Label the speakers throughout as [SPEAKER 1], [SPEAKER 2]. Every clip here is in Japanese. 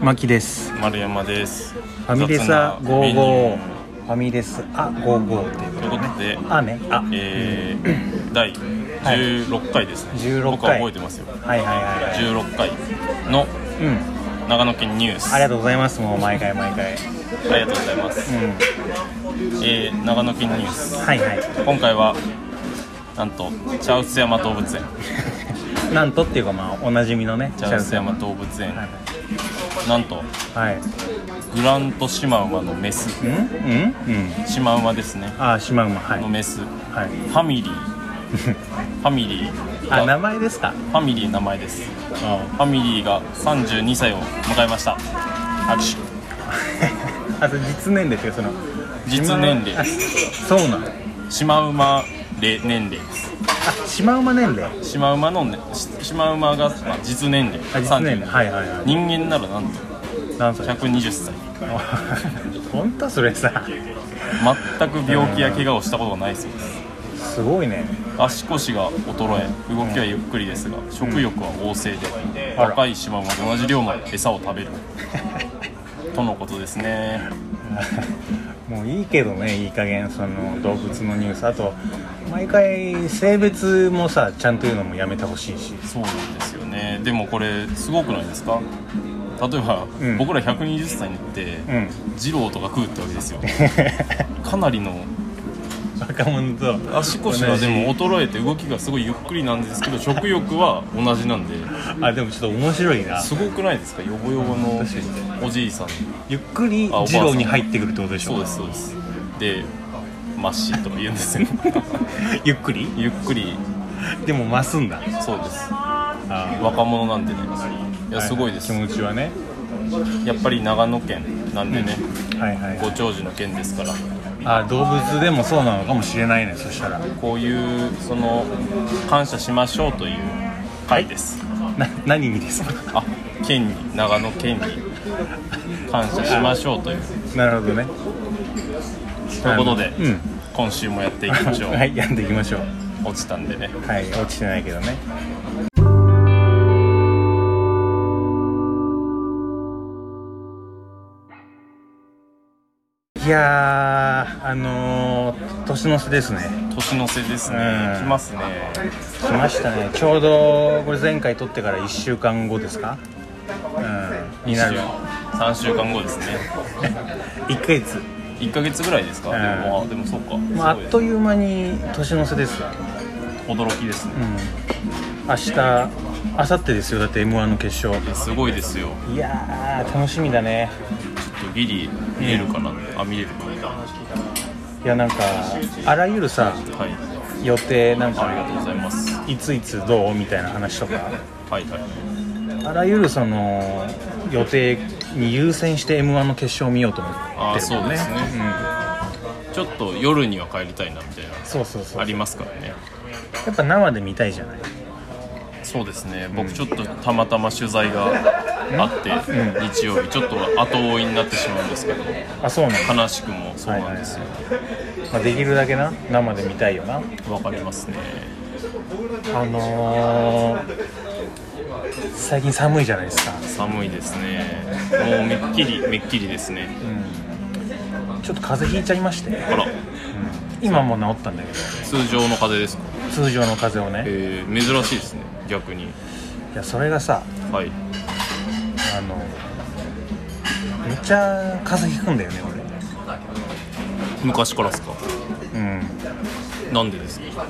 [SPEAKER 1] 牧です
[SPEAKER 2] 丸山です。フ
[SPEAKER 1] ファミレスあ55ファミレスあ55っていう
[SPEAKER 2] ということで、
[SPEAKER 1] あねあ
[SPEAKER 2] えー、第16回ですね、
[SPEAKER 1] 16回
[SPEAKER 2] 僕は覚えてますよ
[SPEAKER 1] はいはいはいはい
[SPEAKER 2] 16回の
[SPEAKER 1] うん
[SPEAKER 2] 長野県ニュース
[SPEAKER 1] ありがとうございますもう毎回毎回う
[SPEAKER 2] ありがとうございます、
[SPEAKER 1] ん
[SPEAKER 2] えー、長野県ニュース
[SPEAKER 1] はいは
[SPEAKER 2] 今回はなんと茶臼山動物園
[SPEAKER 1] いなんとっていうかまあおなじみのね
[SPEAKER 2] 茶臼山動物園、
[SPEAKER 1] はい
[SPEAKER 2] なんと
[SPEAKER 1] はい、はい、
[SPEAKER 2] グラントシマウマのメス
[SPEAKER 1] うんうんうん
[SPEAKER 2] シマウマですね
[SPEAKER 1] あシマウマはい
[SPEAKER 2] のメスフ
[SPEAKER 1] はい
[SPEAKER 2] ァミリ ーファミリー
[SPEAKER 1] あ名
[SPEAKER 2] が
[SPEAKER 1] 前ですか
[SPEAKER 2] ファミリーの名前です
[SPEAKER 1] あ
[SPEAKER 2] ファミリーが32歳を迎えました拍手
[SPEAKER 1] あと実年齢っていうかその
[SPEAKER 2] 実年
[SPEAKER 1] あ
[SPEAKER 2] 齢
[SPEAKER 1] そうなの
[SPEAKER 2] シマウマれ年齢です
[SPEAKER 1] あシマウマ年齢
[SPEAKER 2] シマウマのねしシマウマが、まあ、実年齢
[SPEAKER 1] あ実年齢
[SPEAKER 2] 32
[SPEAKER 1] はいはいはい
[SPEAKER 2] 人間ならなんと
[SPEAKER 1] 何歳
[SPEAKER 2] 120歳
[SPEAKER 1] 本当それさ
[SPEAKER 2] 全く病気や怪我をしたことがないそうです
[SPEAKER 1] すごいね
[SPEAKER 2] 足腰が衰え動きはゆっくりですが食欲は旺盛で
[SPEAKER 1] あら
[SPEAKER 2] 若いシマウマと同じ量の餌を食べるとのことですね
[SPEAKER 1] もういいけどねいい加減その動物のニュースあと毎回性別もさちゃんと言うのもやめてほしいし
[SPEAKER 2] そうなんですよねでもこれすごくないですか例えば、
[SPEAKER 1] うん
[SPEAKER 2] 僕ら120歳になって、
[SPEAKER 1] うん
[SPEAKER 2] 二郎とか食うってわ けですよかなりの
[SPEAKER 1] 若者と
[SPEAKER 2] 足腰がでも衰えて動きがすごいゆっくりなんですけど食欲は同じなんで
[SPEAKER 1] あでもちょっと面白いな
[SPEAKER 2] すごくないですかヨボヨボのおじいさん
[SPEAKER 1] ゆっくり
[SPEAKER 2] あおばあさ
[SPEAKER 1] 二
[SPEAKER 2] ん
[SPEAKER 1] 郎に入ってくるってことでしょ
[SPEAKER 2] そうですそうですでマッシーとか言う んですよ
[SPEAKER 1] ゆっくり
[SPEAKER 2] ゆっくり
[SPEAKER 1] でも増すんだ
[SPEAKER 2] そうです
[SPEAKER 1] あ
[SPEAKER 2] 若者なんでねい
[SPEAKER 1] ー
[SPEAKER 2] やすごいです
[SPEAKER 1] はは気持ちはね
[SPEAKER 2] やっぱり長野県なんでね、
[SPEAKER 1] はいはい
[SPEAKER 2] ご長寿の県ですから
[SPEAKER 1] あー動物でもそうなのかもしれないねそしたら
[SPEAKER 2] こういうその感謝しましょうという会です、
[SPEAKER 1] な何にですか
[SPEAKER 2] あ県に長野県に感謝しましょうという
[SPEAKER 1] なるほどね
[SPEAKER 2] ということで、
[SPEAKER 1] うん
[SPEAKER 2] 今週もやっていきましょう、
[SPEAKER 1] はいやっていきましょう
[SPEAKER 2] 落ちたんでね
[SPEAKER 1] はい落ちてないけどねいやーあのー、年の瀬ですね
[SPEAKER 2] 年の瀬ですね、
[SPEAKER 1] うん
[SPEAKER 2] 来ますね
[SPEAKER 1] 来ましたねちょうどこれ前回撮ってから1週間後ですかうんになる
[SPEAKER 2] 3週間後ですね
[SPEAKER 1] 1ヶ月
[SPEAKER 2] 1ヶ月ぐらいですか、
[SPEAKER 1] うん
[SPEAKER 2] でもあでもそっか、
[SPEAKER 1] まあ、あっ
[SPEAKER 2] す
[SPEAKER 1] という間に年の瀬ですよ
[SPEAKER 2] ごい驚きですね
[SPEAKER 1] う、ん明日明後日ですよだって m 1の決勝
[SPEAKER 2] いやすごいですよ
[SPEAKER 1] いやー楽しみだね
[SPEAKER 2] ちょっとギリ見れるかな、あ見れるかなはい
[SPEAKER 1] やなんかあらゆるさ
[SPEAKER 2] い
[SPEAKER 1] 予定なん
[SPEAKER 2] ありが
[SPEAKER 1] か
[SPEAKER 2] とうございます
[SPEAKER 1] いついつどうみたいな話とか
[SPEAKER 2] はいはい
[SPEAKER 1] あらゆるその予定に優先して m 1の決勝を見ようと思って
[SPEAKER 2] あー
[SPEAKER 1] る
[SPEAKER 2] そ
[SPEAKER 1] も
[SPEAKER 2] うんで
[SPEAKER 1] ね
[SPEAKER 2] すね、ちょっと夜には帰りたいなみたいな
[SPEAKER 1] うんそうそうそう
[SPEAKER 2] ありますからね
[SPEAKER 1] やっぱ生で見たいじゃない
[SPEAKER 2] そうですね僕ちょっとたまたま取材があって、日曜日ちょっと後追いになってしまうんですけど
[SPEAKER 1] あそうなの、
[SPEAKER 2] 悲しくもそうなんですよ
[SPEAKER 1] まあ、できるだけな生で見たいよな
[SPEAKER 2] わかりますね
[SPEAKER 1] あのー、最近寒いじゃないですか
[SPEAKER 2] 寒いですねもうめっきりめっきりですね
[SPEAKER 1] ちょっと風邪ひいちゃいまして
[SPEAKER 2] あら
[SPEAKER 1] 今もう治ったんだけど
[SPEAKER 2] 通常の風邪ですか
[SPEAKER 1] 通常の風邪をね
[SPEAKER 2] えー、珍しいですね逆に
[SPEAKER 1] いやそれがさ
[SPEAKER 2] はい
[SPEAKER 1] あのめっちゃ風邪ひくんだよね
[SPEAKER 2] 昔からですか
[SPEAKER 1] 俺うん
[SPEAKER 2] なんでですか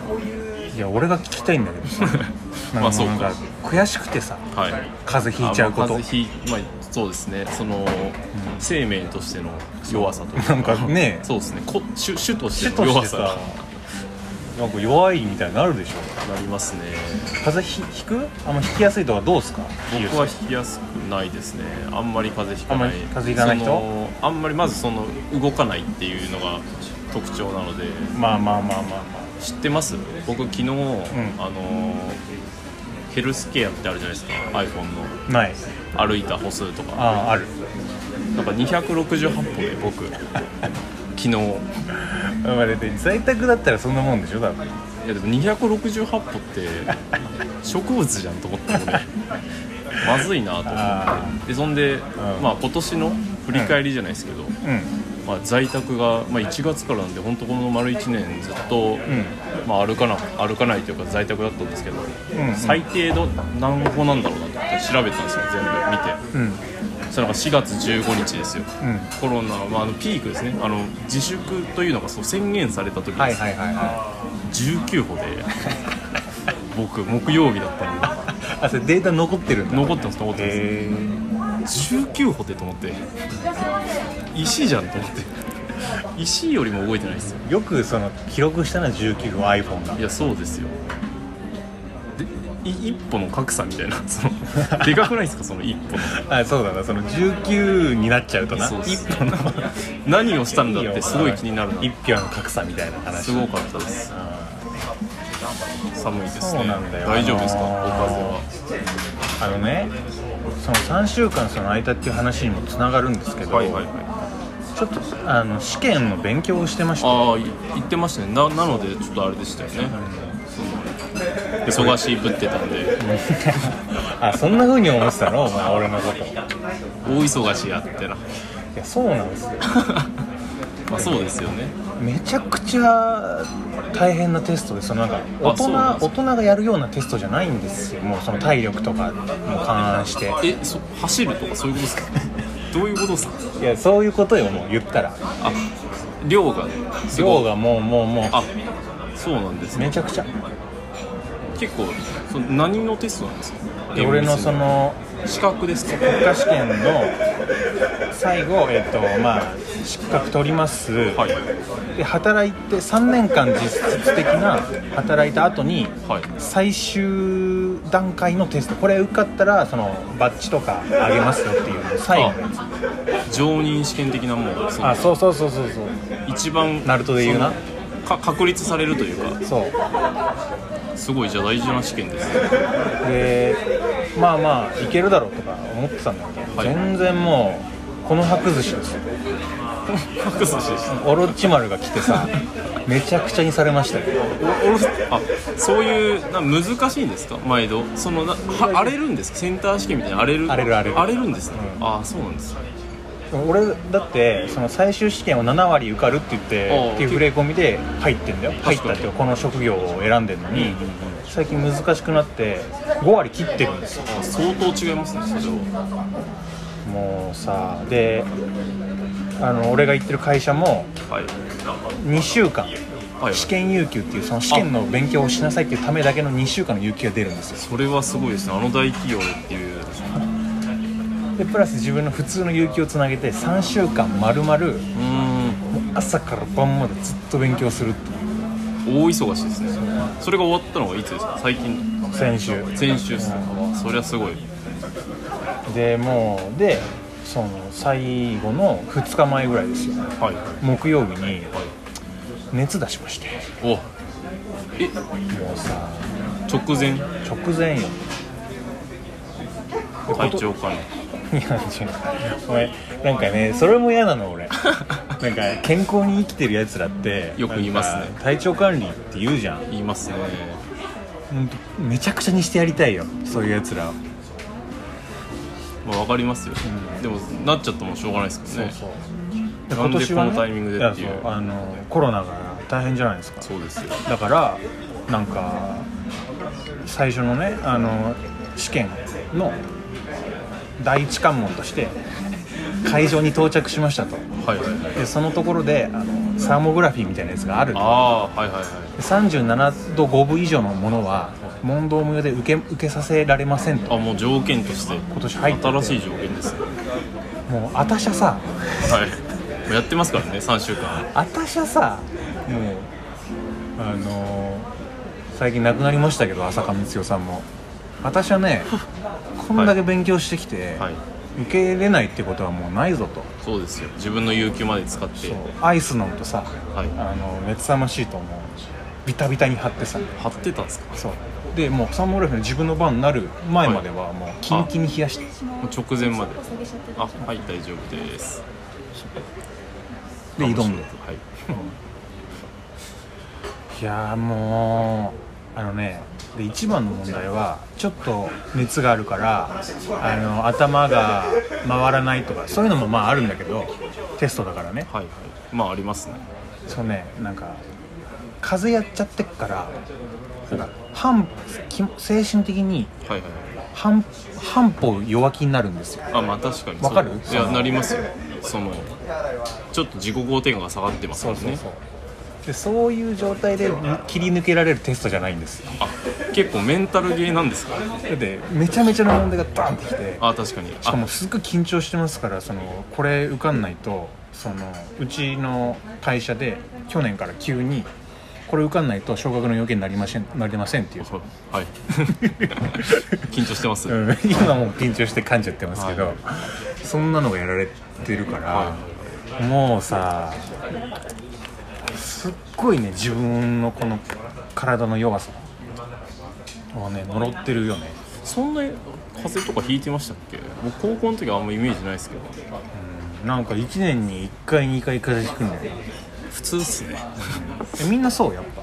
[SPEAKER 1] いや俺が聞きたいんだけど さ
[SPEAKER 2] まあそう
[SPEAKER 1] なん
[SPEAKER 2] か
[SPEAKER 1] か悔しくてさ
[SPEAKER 2] はい
[SPEAKER 1] 風邪ひいちゃうこ
[SPEAKER 2] あ
[SPEAKER 1] と
[SPEAKER 2] まあ風邪ひいまあ、そうですねその、生命としての弱さという
[SPEAKER 1] なんかね
[SPEAKER 2] そうですねこ主主とし
[SPEAKER 1] 主
[SPEAKER 2] て
[SPEAKER 1] と
[SPEAKER 2] の
[SPEAKER 1] し
[SPEAKER 2] 弱
[SPEAKER 1] て
[SPEAKER 2] さ
[SPEAKER 1] さなんか弱いみたいになるでしょ
[SPEAKER 2] なりますね
[SPEAKER 1] 風邪ひひくあんまひきやすいとはどうですか
[SPEAKER 2] 僕は引きやすくないですねあんまり風邪ひか
[SPEAKER 1] あ
[SPEAKER 2] なんい
[SPEAKER 1] まり風邪ひかない人
[SPEAKER 2] そのあんまりまずその動かないっていうのが特徴なので
[SPEAKER 1] まあまあまあまあま
[SPEAKER 2] 知ってます僕昨日、あのヘルスケアってあるじゃないですか iPhone の
[SPEAKER 1] あない
[SPEAKER 2] 歩いた歩数とか
[SPEAKER 1] ああある
[SPEAKER 2] なんか268歩 で僕昨日
[SPEAKER 1] まあだって在宅だったらそんなもんでしょ多分
[SPEAKER 2] いやでも268歩って植物じゃんと思ったのでまずいなと思って
[SPEAKER 1] あ
[SPEAKER 2] でそんで、まあ、今年の振り返りじゃないですけど、
[SPEAKER 1] あうん
[SPEAKER 2] まあ、在宅が、まあ、1月からなんで本当この丸1年ずっと、まあ、歩かな歩かないというか在宅だったんですけど、
[SPEAKER 1] うん
[SPEAKER 2] 最低の何歩なんだろうなと思って調べたんですよ全部見て、
[SPEAKER 1] うん
[SPEAKER 2] それが4月15日ですよ、
[SPEAKER 1] うん
[SPEAKER 2] コロナ、まあ、あのピークですねあの自粛というのがそう宣言された時です、
[SPEAKER 1] はいはいはいは
[SPEAKER 2] 19歩で僕木曜日だったので
[SPEAKER 1] いあそれデータ残ってるんだ
[SPEAKER 2] 残ってます残ってます、
[SPEAKER 1] へ
[SPEAKER 2] 19歩でと思って石じゃんと思って石よりも動いてないですよ
[SPEAKER 1] えよくその記録したな19を iPhone が
[SPEAKER 2] いやそうですよでい一歩の格差みたいなそのでかくないですかその一歩の
[SPEAKER 1] あそうだなその19になっちゃうとな
[SPEAKER 2] そうっす
[SPEAKER 1] 一歩の
[SPEAKER 2] 何をしたんだってすごい気になるな
[SPEAKER 1] 一票の格差みたいな話
[SPEAKER 2] すごかったです寒いですね
[SPEAKER 1] そうなんだよ
[SPEAKER 2] 大丈夫ですかお
[SPEAKER 1] あのー
[SPEAKER 2] 風邪は
[SPEAKER 1] あのねその3週間その空いたっていう話にもつながるんですけど、
[SPEAKER 2] はいはいはい
[SPEAKER 1] ちょっとあの試験の勉強をしてました
[SPEAKER 2] ああ言ってましたねななのでちょっとあれでしたよねその忙しいぶってたんで
[SPEAKER 1] あそんな風に思ってたのお前俺の ことい
[SPEAKER 2] 大忙しやってな
[SPEAKER 1] やそうなんですよ
[SPEAKER 2] まあそうですよね
[SPEAKER 1] めちゃくちゃ大変なテストでそのなんか大
[SPEAKER 2] あそうなん
[SPEAKER 1] 人
[SPEAKER 2] です
[SPEAKER 1] 大人がやるようなテストじゃないんですよもうその体力とかも勘案して
[SPEAKER 2] えそ走るとかそういうこ とですかどういうことですか
[SPEAKER 1] いやそういうことよもう言ったら
[SPEAKER 2] あ量がすごい
[SPEAKER 1] 量がもうもうも
[SPEAKER 2] あ
[SPEAKER 1] う
[SPEAKER 2] そうなんですね
[SPEAKER 1] めちゃくちゃ
[SPEAKER 2] 結構その何のテストなんですか
[SPEAKER 1] で俺のその
[SPEAKER 2] 資格ですか
[SPEAKER 1] 国家試験の最後、えっとまあ、失格取ります、
[SPEAKER 2] はい
[SPEAKER 1] で働いて3年間実質的な働いた後に
[SPEAKER 2] はい
[SPEAKER 1] 最終段階のテストこれ受かったらそのバッジとかあげますよっていう最後のやつ
[SPEAKER 2] 常任試験的なもうその
[SPEAKER 1] あそうそうそうそうそう
[SPEAKER 2] 一番
[SPEAKER 1] ナルトで言うな
[SPEAKER 2] そのか確立されるというか
[SPEAKER 1] そう
[SPEAKER 2] すごいじゃあ大事な試 験ですね
[SPEAKER 1] でまあまあいけるだろうとか思ってたんだけど、
[SPEAKER 2] はい
[SPEAKER 1] 全然もうこの白寿司ですよ
[SPEAKER 2] 確でした
[SPEAKER 1] オロチマルが来て さめちゃくちゃにされましたよ
[SPEAKER 2] おおろすあそういうな難しいんですか毎度そのなは荒れるんですかセンター試験みたいに荒れる
[SPEAKER 1] 荒れる荒れる
[SPEAKER 2] 荒れるんですね、
[SPEAKER 1] うん
[SPEAKER 2] ああそうなんですね
[SPEAKER 1] 俺だってその最終試験を7割受かるって言って
[SPEAKER 2] おう
[SPEAKER 1] っていう触れ込みで入ってんだよ入
[SPEAKER 2] 確
[SPEAKER 1] っ
[SPEAKER 2] かに
[SPEAKER 1] たっていうかこの職業を選んでるのに、最近難しくなって5割切ってるんですよ
[SPEAKER 2] あ相当違いますねそれは
[SPEAKER 1] もうさであの俺が行ってる会社も
[SPEAKER 2] はい
[SPEAKER 1] 2週間
[SPEAKER 2] はい
[SPEAKER 1] 試験有給っていうその試験の勉強をしなさいっていうためだけの2週間の有給が出るんですよ
[SPEAKER 2] それはすごいですねあの大企業っていう
[SPEAKER 1] でプラス自分の普通の有給をつなげて3週間まるまる
[SPEAKER 2] うーん
[SPEAKER 1] 朝から晩までずっと勉強するっていう
[SPEAKER 2] 大忙しですねそれが終わったのはいつですか最近
[SPEAKER 1] 先週
[SPEAKER 2] 先週ですねそりゃすごい
[SPEAKER 1] でもうでその最後の2日前ぐらいですよ
[SPEAKER 2] はい
[SPEAKER 1] 木曜日に熱出しまして
[SPEAKER 2] おえ
[SPEAKER 1] もうさ
[SPEAKER 2] 直前
[SPEAKER 1] 直前よで
[SPEAKER 2] 体調管理
[SPEAKER 1] いや違うお前なんかねそれも嫌なの 俺なんか健康に生きてるやつらって
[SPEAKER 2] よく言いますね
[SPEAKER 1] なんか体調管理って言うじゃん
[SPEAKER 2] 言いますね
[SPEAKER 1] ほんとめちゃくちゃにしてやりたいよそういうやつらを
[SPEAKER 2] まあ分かりますよ、でもなっちゃってもしょうがないですからね
[SPEAKER 1] そう
[SPEAKER 2] なんでこのタイミングでっていう
[SPEAKER 1] やそうあのコロナが大変じゃないですか
[SPEAKER 2] そうですよ
[SPEAKER 1] だからなんか最初のねあの試験の第一関門として会場に到着しましたと
[SPEAKER 2] はいはいはい
[SPEAKER 1] でそのところであのサーモグラフィーみたいなやつがあると
[SPEAKER 2] ああーはいはいはい
[SPEAKER 1] で37度5分以上のものは問答無用で受け受けさせられませんと
[SPEAKER 2] あもう条件として今
[SPEAKER 1] 年入ってて
[SPEAKER 2] 新しい条件ですね
[SPEAKER 1] もうあたしゃさ
[SPEAKER 2] はいもうやってますからね3週間
[SPEAKER 1] あたしゃさもうあのー最近亡くなりましたけど浅香光代さんも私はねこんだけ勉強してきて、
[SPEAKER 2] はい
[SPEAKER 1] 受け入れないってことはもうないぞと
[SPEAKER 2] そうですよ自分の有給まで使って
[SPEAKER 1] アイス飲むとさ
[SPEAKER 2] はい
[SPEAKER 1] あの熱さましいと思うビタビタに張ってさ
[SPEAKER 2] 貼ってたんですか
[SPEAKER 1] そうでもうサンモグラフィーの自分の番になる前まではもうキンキンに冷やして、
[SPEAKER 2] もう直前まであはい大丈夫です
[SPEAKER 1] で挑んで
[SPEAKER 2] はい
[SPEAKER 1] いやーもあのねで一番の問題はちょっと熱があるからあの頭が回らないとかそういうのもまああるんだけどテストだからね
[SPEAKER 2] はいはいまあありますね
[SPEAKER 1] そうねなんか風邪やっちゃってっからなんか半き精神的に
[SPEAKER 2] はいはい
[SPEAKER 1] 半半歩弱気になるんですよ
[SPEAKER 2] あまあ確かに
[SPEAKER 1] わかる
[SPEAKER 2] そういやなりますよそのちょっと自己肯定感が下がってますもんね
[SPEAKER 1] うでそういう状態で切り抜けられるテストじゃないんですよ
[SPEAKER 2] あ結構メンタルゲーなんですか
[SPEAKER 1] だってめちゃめちゃな問題がダンってきて
[SPEAKER 2] あ確かに
[SPEAKER 1] しか
[SPEAKER 2] あ
[SPEAKER 1] もすっごい緊張してますからそのこれ受かんないとそのうちの会社で去年から急にこれ受かんないと昇格の要件になりませんなりませんっていう、
[SPEAKER 2] はい 緊張してます、
[SPEAKER 1] うん今もう緊張して噛んじゃってますけど、
[SPEAKER 2] はい
[SPEAKER 1] そんなのがやられてるから、
[SPEAKER 2] は
[SPEAKER 1] もうさすっごいね自分のこの体の弱さをね呪ってるよね
[SPEAKER 2] そんな風邪とかひいてましたっけ僕高校の時はあんまイメージないですけど
[SPEAKER 1] なんか1年に1回2回風邪ひくんだよね
[SPEAKER 2] 普通っすね
[SPEAKER 1] えみんなそうやっぱ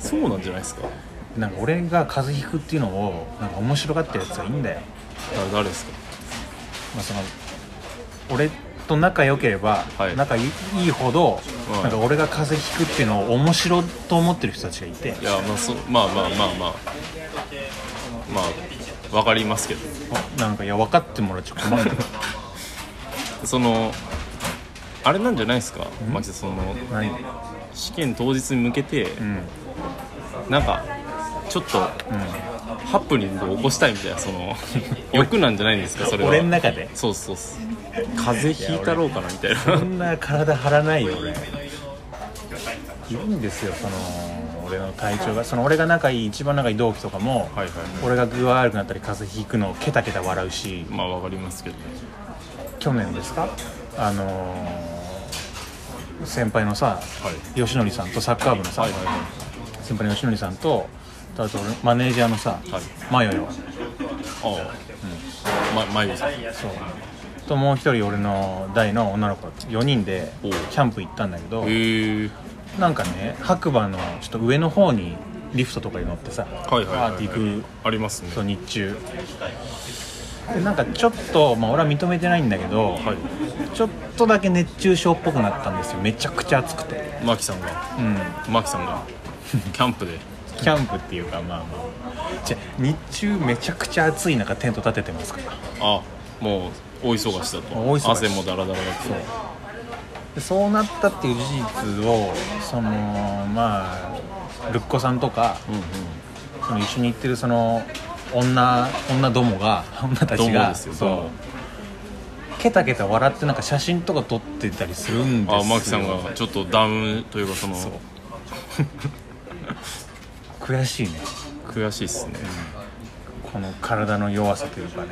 [SPEAKER 2] そうなんじゃないですか
[SPEAKER 1] なんか俺が風邪ひくっていうのをなんか面白がってるやつがいいんだよ、
[SPEAKER 2] だ誰ですか
[SPEAKER 1] まあ、その俺と仲良ければ、
[SPEAKER 2] はい
[SPEAKER 1] 仲いいいいほど、
[SPEAKER 2] はい
[SPEAKER 1] なんか俺が風邪ひくっていうのを面白と思ってる人たちがいて
[SPEAKER 2] いやまあそまあまあまあまあまあわかりますけど
[SPEAKER 1] あなんかいや分かってもらっちゃ困 る
[SPEAKER 2] そのあれなんじゃないですかマキさんその
[SPEAKER 1] 何
[SPEAKER 2] 試験当日に向けて、
[SPEAKER 1] うん
[SPEAKER 2] なんかちょっと、ハプニングを起こしたいみたいな その欲なんじゃないんですかそれは
[SPEAKER 1] 俺の中で
[SPEAKER 2] そうそうそう風邪ひいたろうかなみたいな
[SPEAKER 1] そんな体張らないよ俺いいんですよその俺の体調がその俺が仲いい一番仲いい同期とかも、
[SPEAKER 2] はいはい
[SPEAKER 1] 俺が具合悪くなったり風邪ひくのをケタケタ笑うし
[SPEAKER 2] まあわかりますけどね
[SPEAKER 1] 去年ですかあのー先輩のさ、
[SPEAKER 2] はい
[SPEAKER 1] 吉典さんとサッカー部のさ、
[SPEAKER 2] はいはいは
[SPEAKER 1] 先輩の吉典さんとあと俺マネージャーのさ、
[SPEAKER 2] はい
[SPEAKER 1] マヨよ
[SPEAKER 2] いああ、うん、ま迷子さん
[SPEAKER 1] そうともう一人俺の大の女の子4人で
[SPEAKER 2] お
[SPEAKER 1] キ
[SPEAKER 2] う
[SPEAKER 1] ャンプ行ったんだけど
[SPEAKER 2] へえ
[SPEAKER 1] なんかね白馬のちょっと上の方にリフトとかに乗ってさ
[SPEAKER 2] はいはいは
[SPEAKER 1] バーっ
[SPEAKER 2] い、
[SPEAKER 1] て行
[SPEAKER 2] はい
[SPEAKER 1] く、
[SPEAKER 2] ありますね
[SPEAKER 1] そう日中でなんかちょっと、まあ、俺は認めてないんだけど、
[SPEAKER 2] はい
[SPEAKER 1] ちょっとだけ熱中症っぽくなったんですよめちゃくちゃ暑くて
[SPEAKER 2] マキさんが
[SPEAKER 1] うん
[SPEAKER 2] マキさんがキャンプで
[SPEAKER 1] キャンプっていうかまあまあじゃあ日中めちゃくちゃ暑い中テント立ててますから
[SPEAKER 2] あもう大忙しだと
[SPEAKER 1] 大忙し
[SPEAKER 2] 汗もダラダラだと
[SPEAKER 1] でそうなったっていう事実をそのまあルッコさんとか
[SPEAKER 2] うんうん
[SPEAKER 1] その一緒に行ってるその女女どもが 女た
[SPEAKER 2] どう
[SPEAKER 1] ち
[SPEAKER 2] もで
[SPEAKER 1] が
[SPEAKER 2] すよどう
[SPEAKER 1] そ
[SPEAKER 2] も
[SPEAKER 1] うケタケタ笑ってなんか写真とか撮ってたりするんですよ
[SPEAKER 2] あマキさんがちょっとダウンというかその
[SPEAKER 1] そう悔しいね
[SPEAKER 2] 悔しいっすね
[SPEAKER 1] この体の弱さというかね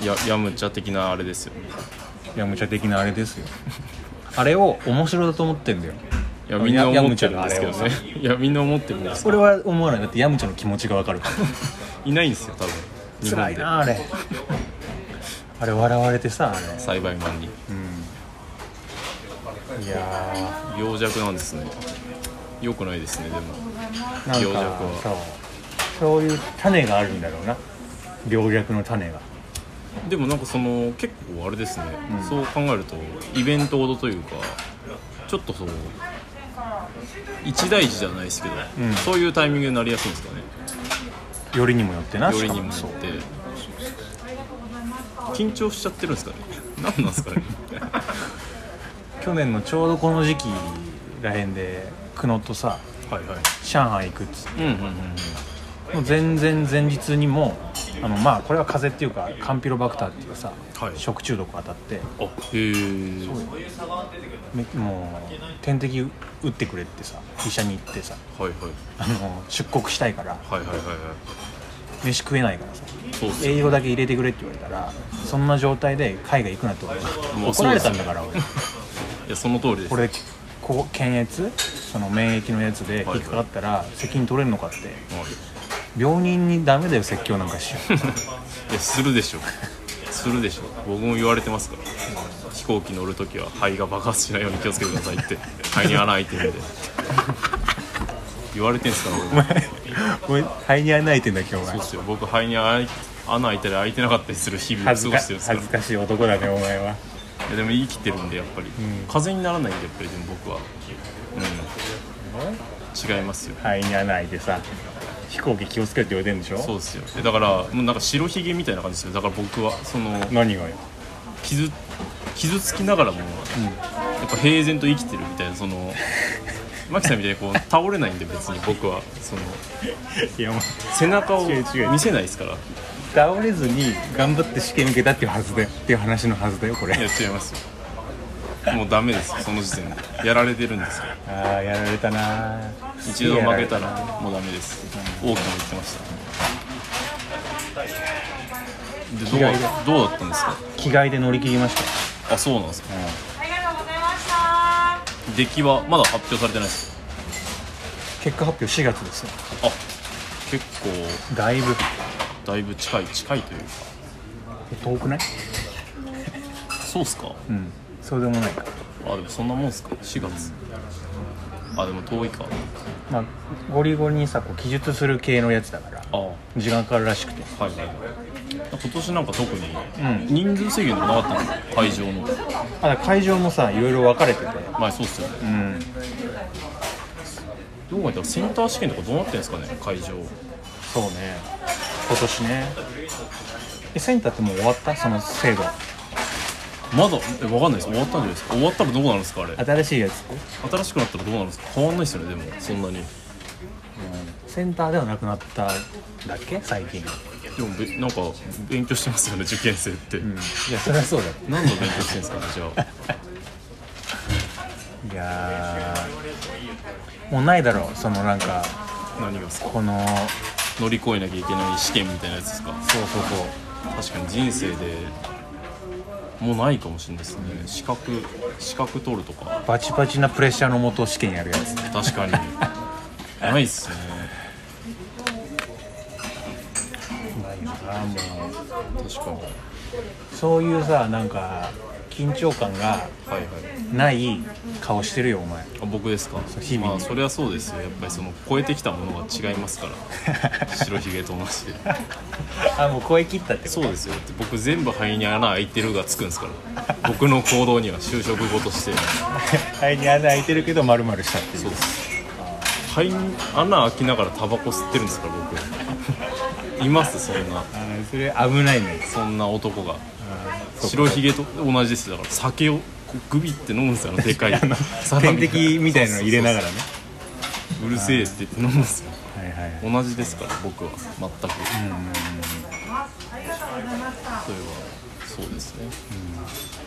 [SPEAKER 2] ややむちゃ的なあれですよね
[SPEAKER 1] いやむちゃ的なあれです よあれを面白だと思ってんだよ
[SPEAKER 2] いやみんな
[SPEAKER 1] や
[SPEAKER 2] 思ってるん
[SPEAKER 1] やむ
[SPEAKER 2] です
[SPEAKER 1] ちゃ
[SPEAKER 2] け
[SPEAKER 1] の
[SPEAKER 2] ど
[SPEAKER 1] あれを
[SPEAKER 2] ねいやみんな思ってるんですけ
[SPEAKER 1] 俺は思わないだってヤムチャの気持ちがわかるか
[SPEAKER 2] どいないんですよ多分
[SPEAKER 1] ら
[SPEAKER 2] 日
[SPEAKER 1] 辛
[SPEAKER 2] 本
[SPEAKER 1] い
[SPEAKER 2] で
[SPEAKER 1] なあれあれ笑われてさあれ
[SPEAKER 2] 栽培マンに
[SPEAKER 1] いや
[SPEAKER 2] 病弱なんですねよくないですねでも
[SPEAKER 1] ーなん
[SPEAKER 2] 病弱
[SPEAKER 1] か
[SPEAKER 2] は
[SPEAKER 1] そうそういう種があるんだろうな病弱の種が
[SPEAKER 2] でもなんかその結構あれですね、そう考えるとイベントほどというかちょっとそう一大事じゃないですけど、
[SPEAKER 1] ん
[SPEAKER 2] そういうタイミングになりやすいんですかね
[SPEAKER 1] よりにもよってな
[SPEAKER 2] よ
[SPEAKER 1] し
[SPEAKER 2] りに
[SPEAKER 1] か
[SPEAKER 2] もよ
[SPEAKER 1] そう
[SPEAKER 2] って緊張しちゃってるんですかね何なんですかね
[SPEAKER 1] 去年のちょうどこの時期らへんで久野とさ
[SPEAKER 2] はいはい
[SPEAKER 1] 上海行くっつって
[SPEAKER 2] うんうんうんうん
[SPEAKER 1] もう全然前日にもあのまあこれは風邪っていうかカンピロバクターっていうさ、
[SPEAKER 2] はい
[SPEAKER 1] 食中毒当たって
[SPEAKER 2] あへえ
[SPEAKER 1] めもう点滴打ってくれってさ医者に行ってさ
[SPEAKER 2] はいはい
[SPEAKER 1] あの出国したいから
[SPEAKER 2] はいはいはいはい
[SPEAKER 1] 飯食えないからさ
[SPEAKER 2] そうっすよ
[SPEAKER 1] 栄養だけ入れてくれって言われたらそんな状態で海外行くなって俺
[SPEAKER 2] まあ
[SPEAKER 1] 怒られたんだから俺
[SPEAKER 2] いやその通りです
[SPEAKER 1] これこう検閲その免疫のやつで引っかかったら責任取れるのかって
[SPEAKER 2] はい
[SPEAKER 1] 病人にダメだよ説教なんかしよう
[SPEAKER 2] いやするでしょするでしょ僕も言われてますから飛行機乗るときは肺が爆発しないように気をつけてくださいって肺に穴開いてるんで言われてんすから
[SPEAKER 1] お
[SPEAKER 2] 僕
[SPEAKER 1] 前お前肺に穴開いてんだ今日
[SPEAKER 2] そう
[SPEAKER 1] は
[SPEAKER 2] っすよ僕肺に穴開いたり開いてなかったりする日々を過
[SPEAKER 1] 恥ず
[SPEAKER 2] ご
[SPEAKER 1] か
[SPEAKER 2] してるんですから
[SPEAKER 1] 恥ずかしい男だねお前はい
[SPEAKER 2] やでも生きてるんでやっぱり、風邪にならないんでやっぱりでも僕はうん違いますよ
[SPEAKER 1] 肺に穴開いてさ飛行機気をつけて言われてんでしょ
[SPEAKER 2] そうですよえだからもうなんか白ひげみたいな感じですよだから僕はその
[SPEAKER 1] 何がよ
[SPEAKER 2] 傷傷つきながらも、やっぱ平然と生きてるみたいなそ のマキさんみたいにこう倒れないんで別に僕はその
[SPEAKER 1] いやお前
[SPEAKER 2] 背中を
[SPEAKER 1] 違う違う
[SPEAKER 2] 見せないですからい
[SPEAKER 1] 倒れずに頑張って試験受けたっていうはずだよっていう話のはずだよこれ
[SPEAKER 2] や違いますよもうダメですよその時点でやられてるんですよ
[SPEAKER 1] ああやられたな
[SPEAKER 2] 一度負けたらもうダメです大きく言ってましたでどう
[SPEAKER 1] 意外
[SPEAKER 2] どうだったんですか
[SPEAKER 1] 着替えで乗り切りました
[SPEAKER 2] あそうなんですか
[SPEAKER 3] ありがとうございました。
[SPEAKER 2] 出来はまだ発表されてないです
[SPEAKER 1] 結果発表4月ですよ
[SPEAKER 2] あ結構
[SPEAKER 1] だいぶ
[SPEAKER 2] だいぶ近い近いというか
[SPEAKER 1] 遠くない
[SPEAKER 2] そうっすか
[SPEAKER 1] うんそうでもないか
[SPEAKER 2] あでもそんなもんっすか4月あでも遠いか
[SPEAKER 1] まあゴリゴリにさこう記述する系のやつだから
[SPEAKER 2] あはい
[SPEAKER 1] 時間かかるらしくて
[SPEAKER 2] はい今年なんか特に
[SPEAKER 1] ん
[SPEAKER 2] 人数制限とかなかったんですか会場の
[SPEAKER 1] あだから会場もさいろいろ分かれてて
[SPEAKER 2] まあそうっすよね
[SPEAKER 1] うん
[SPEAKER 2] どう考えたらセンター試験とかどうなってんですかね会場
[SPEAKER 1] そうね今年ねえセンターってもう終わったその制度
[SPEAKER 2] まだえわかんないです終わったんじゃないですか終わったらどうなるんですかあれ
[SPEAKER 1] 新しいやつ
[SPEAKER 2] 新しくなったらどうなるんですか変わんないですよねでもそんなにで
[SPEAKER 1] センターではなくなったんだっけ最近
[SPEAKER 2] もべなんか勉強してますよね 受験生って、
[SPEAKER 1] いやそりゃそうだ
[SPEAKER 2] 何の勉強してんですかねじゃあ
[SPEAKER 1] いやーもうないだろうそのなんか
[SPEAKER 2] 何がですか
[SPEAKER 1] この
[SPEAKER 2] 乗り越えなきゃいけない試験みたいなやつですか
[SPEAKER 1] そうそうそう
[SPEAKER 2] 確かに人生でもうないかもしれないですね資格資格取るとか
[SPEAKER 1] バチバチなプレッシャーのもと試験やるやつ
[SPEAKER 2] 確 かにないっすね
[SPEAKER 1] あもう
[SPEAKER 2] 確かには
[SPEAKER 1] そういうさなんか緊張感が
[SPEAKER 2] いはい
[SPEAKER 1] ない顔してるよお前
[SPEAKER 2] あ僕ですか
[SPEAKER 1] 日々
[SPEAKER 2] まあそれはそうですよやっぱりその超えてきたものが違いますから 白ひげと同じで
[SPEAKER 1] あもう声切ったって
[SPEAKER 2] そうですよって僕全部肺に穴開いてるがつくんですから僕の行動には就職後として
[SPEAKER 1] 肺に穴開いてるけど丸々したっていう
[SPEAKER 2] そうです肺に穴開きながらタバコ吸ってるんですから 僕いますそんな
[SPEAKER 1] あーそれ危ないね
[SPEAKER 2] そんな男が白ひげと同じですよだから酒をこうグビって飲むんですよあのでかいサラ
[SPEAKER 1] 点
[SPEAKER 2] ミたいな
[SPEAKER 1] 滴みたいなの入れながらね
[SPEAKER 2] うるせえって言って飲むんですよ
[SPEAKER 1] はいはいはい
[SPEAKER 2] 同じですから僕は全くそれはそうですね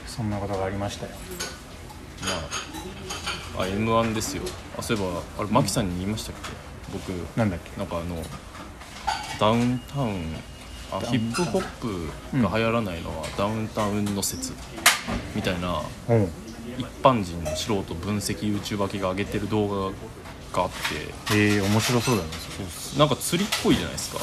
[SPEAKER 1] そんなことがありましたよ
[SPEAKER 2] まああ m 1ですよあそういえばあれマキさんに言いましたっけ僕
[SPEAKER 1] なんだっけ
[SPEAKER 2] なんかあのダウンタウンあヒップホップが流行らないのはダウンタウンの説みたいな
[SPEAKER 1] うん
[SPEAKER 2] 一般人の素人分析 YouTuber 系が上げてる動画があって
[SPEAKER 1] えー、面白そうだね
[SPEAKER 2] なんか釣りっぽいじゃないですか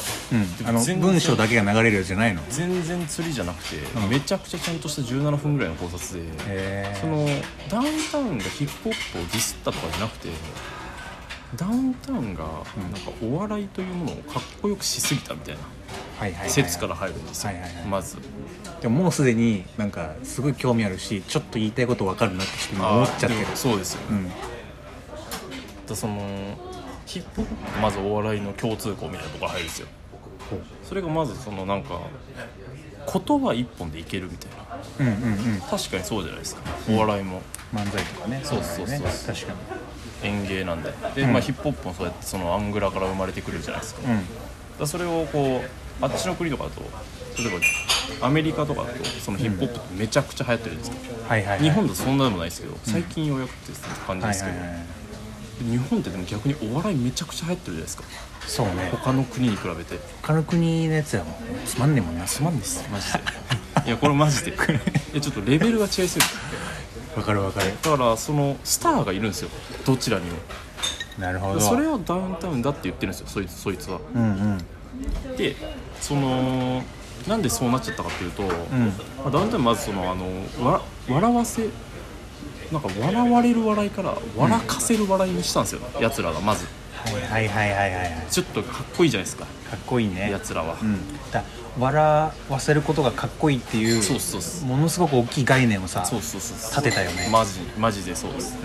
[SPEAKER 1] うんあの
[SPEAKER 2] 全然
[SPEAKER 1] 文章だけが流れるやつじゃないの
[SPEAKER 2] 全然釣りじゃなくて、めちゃくちゃちゃんとした17分ぐらいの考察で、
[SPEAKER 1] へ
[SPEAKER 2] そのダウンタウンがヒップホップをディスったとかじゃなくてダウンタウンがなんかお笑いというものをかっこよくしすぎたみたいな
[SPEAKER 1] はいはい
[SPEAKER 2] 説から入るんですよ、
[SPEAKER 1] はいはいはい
[SPEAKER 2] まず
[SPEAKER 1] でももうすでになんかすごい興味あるしちょっと言いたいことわかるなってちょっと今思っちゃってる
[SPEAKER 2] でもそうですよ、
[SPEAKER 1] うん
[SPEAKER 2] だそのヒップホップまずお笑いの共通項みたいなところ入るんですよそれがまずそのなんか言葉一本でいけるみたいな
[SPEAKER 1] うんうんうん
[SPEAKER 2] 確かにそうじゃないですかお笑いも
[SPEAKER 1] 漫才とかね
[SPEAKER 2] そうそうそう
[SPEAKER 1] ね確か
[SPEAKER 2] 演芸なんでで、まあ、ヒップホップもそうやってそのアングラから生まれてくるじゃないですか,、
[SPEAKER 1] に
[SPEAKER 2] だそれをこうあっちの国とかだと例えばアメリカとかだとそのヒップホップってめちゃくちゃ流行ってるんですよ、
[SPEAKER 1] うんはいはいはい
[SPEAKER 2] 日本だとそんなでもないですけど最近ようやくって感じ
[SPEAKER 1] は
[SPEAKER 2] で
[SPEAKER 1] い
[SPEAKER 2] す
[SPEAKER 1] は
[SPEAKER 2] け
[SPEAKER 1] い
[SPEAKER 2] ど、
[SPEAKER 1] はい
[SPEAKER 2] 日本ってでも逆にお笑いめちゃくちゃ流行ってるじゃないですか
[SPEAKER 1] そうね
[SPEAKER 2] 他の国に比べて
[SPEAKER 1] 他の国のやつはもうつまんねえもんな
[SPEAKER 2] つまんないっすマジでいやこれマジでいやちょっとレベルが違いすぎる
[SPEAKER 1] わかるわかる
[SPEAKER 2] だからそのスターがいるんですよどちらにも
[SPEAKER 1] なるほど
[SPEAKER 2] それをダウンタウンだって言ってるんですよそいつそいつは
[SPEAKER 1] うんうん
[SPEAKER 2] でそのなんでそうなっちゃったかっていうと、
[SPEAKER 1] うん
[SPEAKER 2] まあダウンタウンまずそのあのわ笑わせなんか笑われる笑いから笑かせる笑いにしたんですよ、奴らがまず
[SPEAKER 1] はいはいはいはいはい
[SPEAKER 2] ちょっとかっこいいじゃないですか
[SPEAKER 1] かっこいいね
[SPEAKER 2] やつらは、
[SPEAKER 1] うん、だ笑わせることがかっこいいっていう
[SPEAKER 2] そうそうそう
[SPEAKER 1] ものすごく大きい概念をさ
[SPEAKER 2] そうそうそうそう
[SPEAKER 1] 立てたよね
[SPEAKER 2] マジマジでそうです、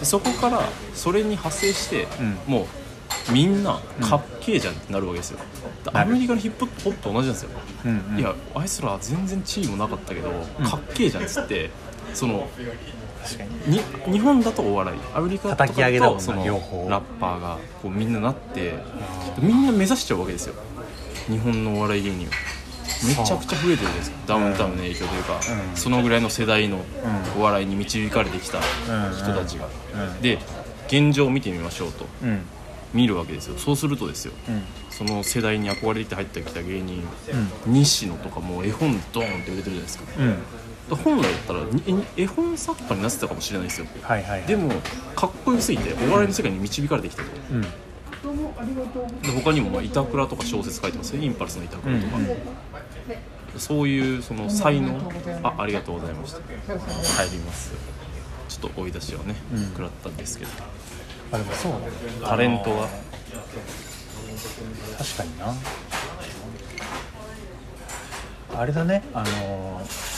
[SPEAKER 2] でそこからそれに派生して、
[SPEAKER 1] うん
[SPEAKER 2] もうみんなかっけえじゃんってなるわけですよで
[SPEAKER 1] な
[SPEAKER 2] ア
[SPEAKER 1] る
[SPEAKER 2] メリカのヒップホップと同じなんですよ、
[SPEAKER 1] うんうん
[SPEAKER 2] いやあいつら全然地位もなかったけど、かっけえじゃんっつってその
[SPEAKER 1] 確かに
[SPEAKER 2] に日本だとお笑いアメリカとか
[SPEAKER 1] 叩き上げだもん
[SPEAKER 2] と
[SPEAKER 1] な
[SPEAKER 2] その
[SPEAKER 1] 両方
[SPEAKER 2] ラッパーがこうみんななってみんな目指しちゃうわけですよ日本のお笑い芸人をめちゃくちゃ増えてるんですよダウンタウンの影響というか、
[SPEAKER 1] うん
[SPEAKER 2] そのぐらいの世代のお笑いに導かれてきた人たちが、
[SPEAKER 1] うんうん
[SPEAKER 2] で現状を見てみましょうと
[SPEAKER 1] うん
[SPEAKER 2] 見るわけですよそうするとですよ、
[SPEAKER 1] うん
[SPEAKER 2] その世代に憧れて入ってきた芸人、西野とかもう絵本ドーンって売れてるじゃないですか
[SPEAKER 1] うん
[SPEAKER 2] だから本来だったらに絵本作家になってたかもしれないですよ
[SPEAKER 1] はいはいはい
[SPEAKER 2] でもかっこよすぎてお笑いの世界に導かれてきたと
[SPEAKER 1] うん
[SPEAKER 2] で他にもまあ板倉とか小説書いてますよねインパルスの板
[SPEAKER 1] うん
[SPEAKER 2] 倉とか、そういうその才能あありがとうございました入りますちょっと追い出しはね、
[SPEAKER 1] ん
[SPEAKER 2] 食らったんですけど
[SPEAKER 1] あでもそうだね
[SPEAKER 2] タレントが
[SPEAKER 1] 確かになあれだねあのー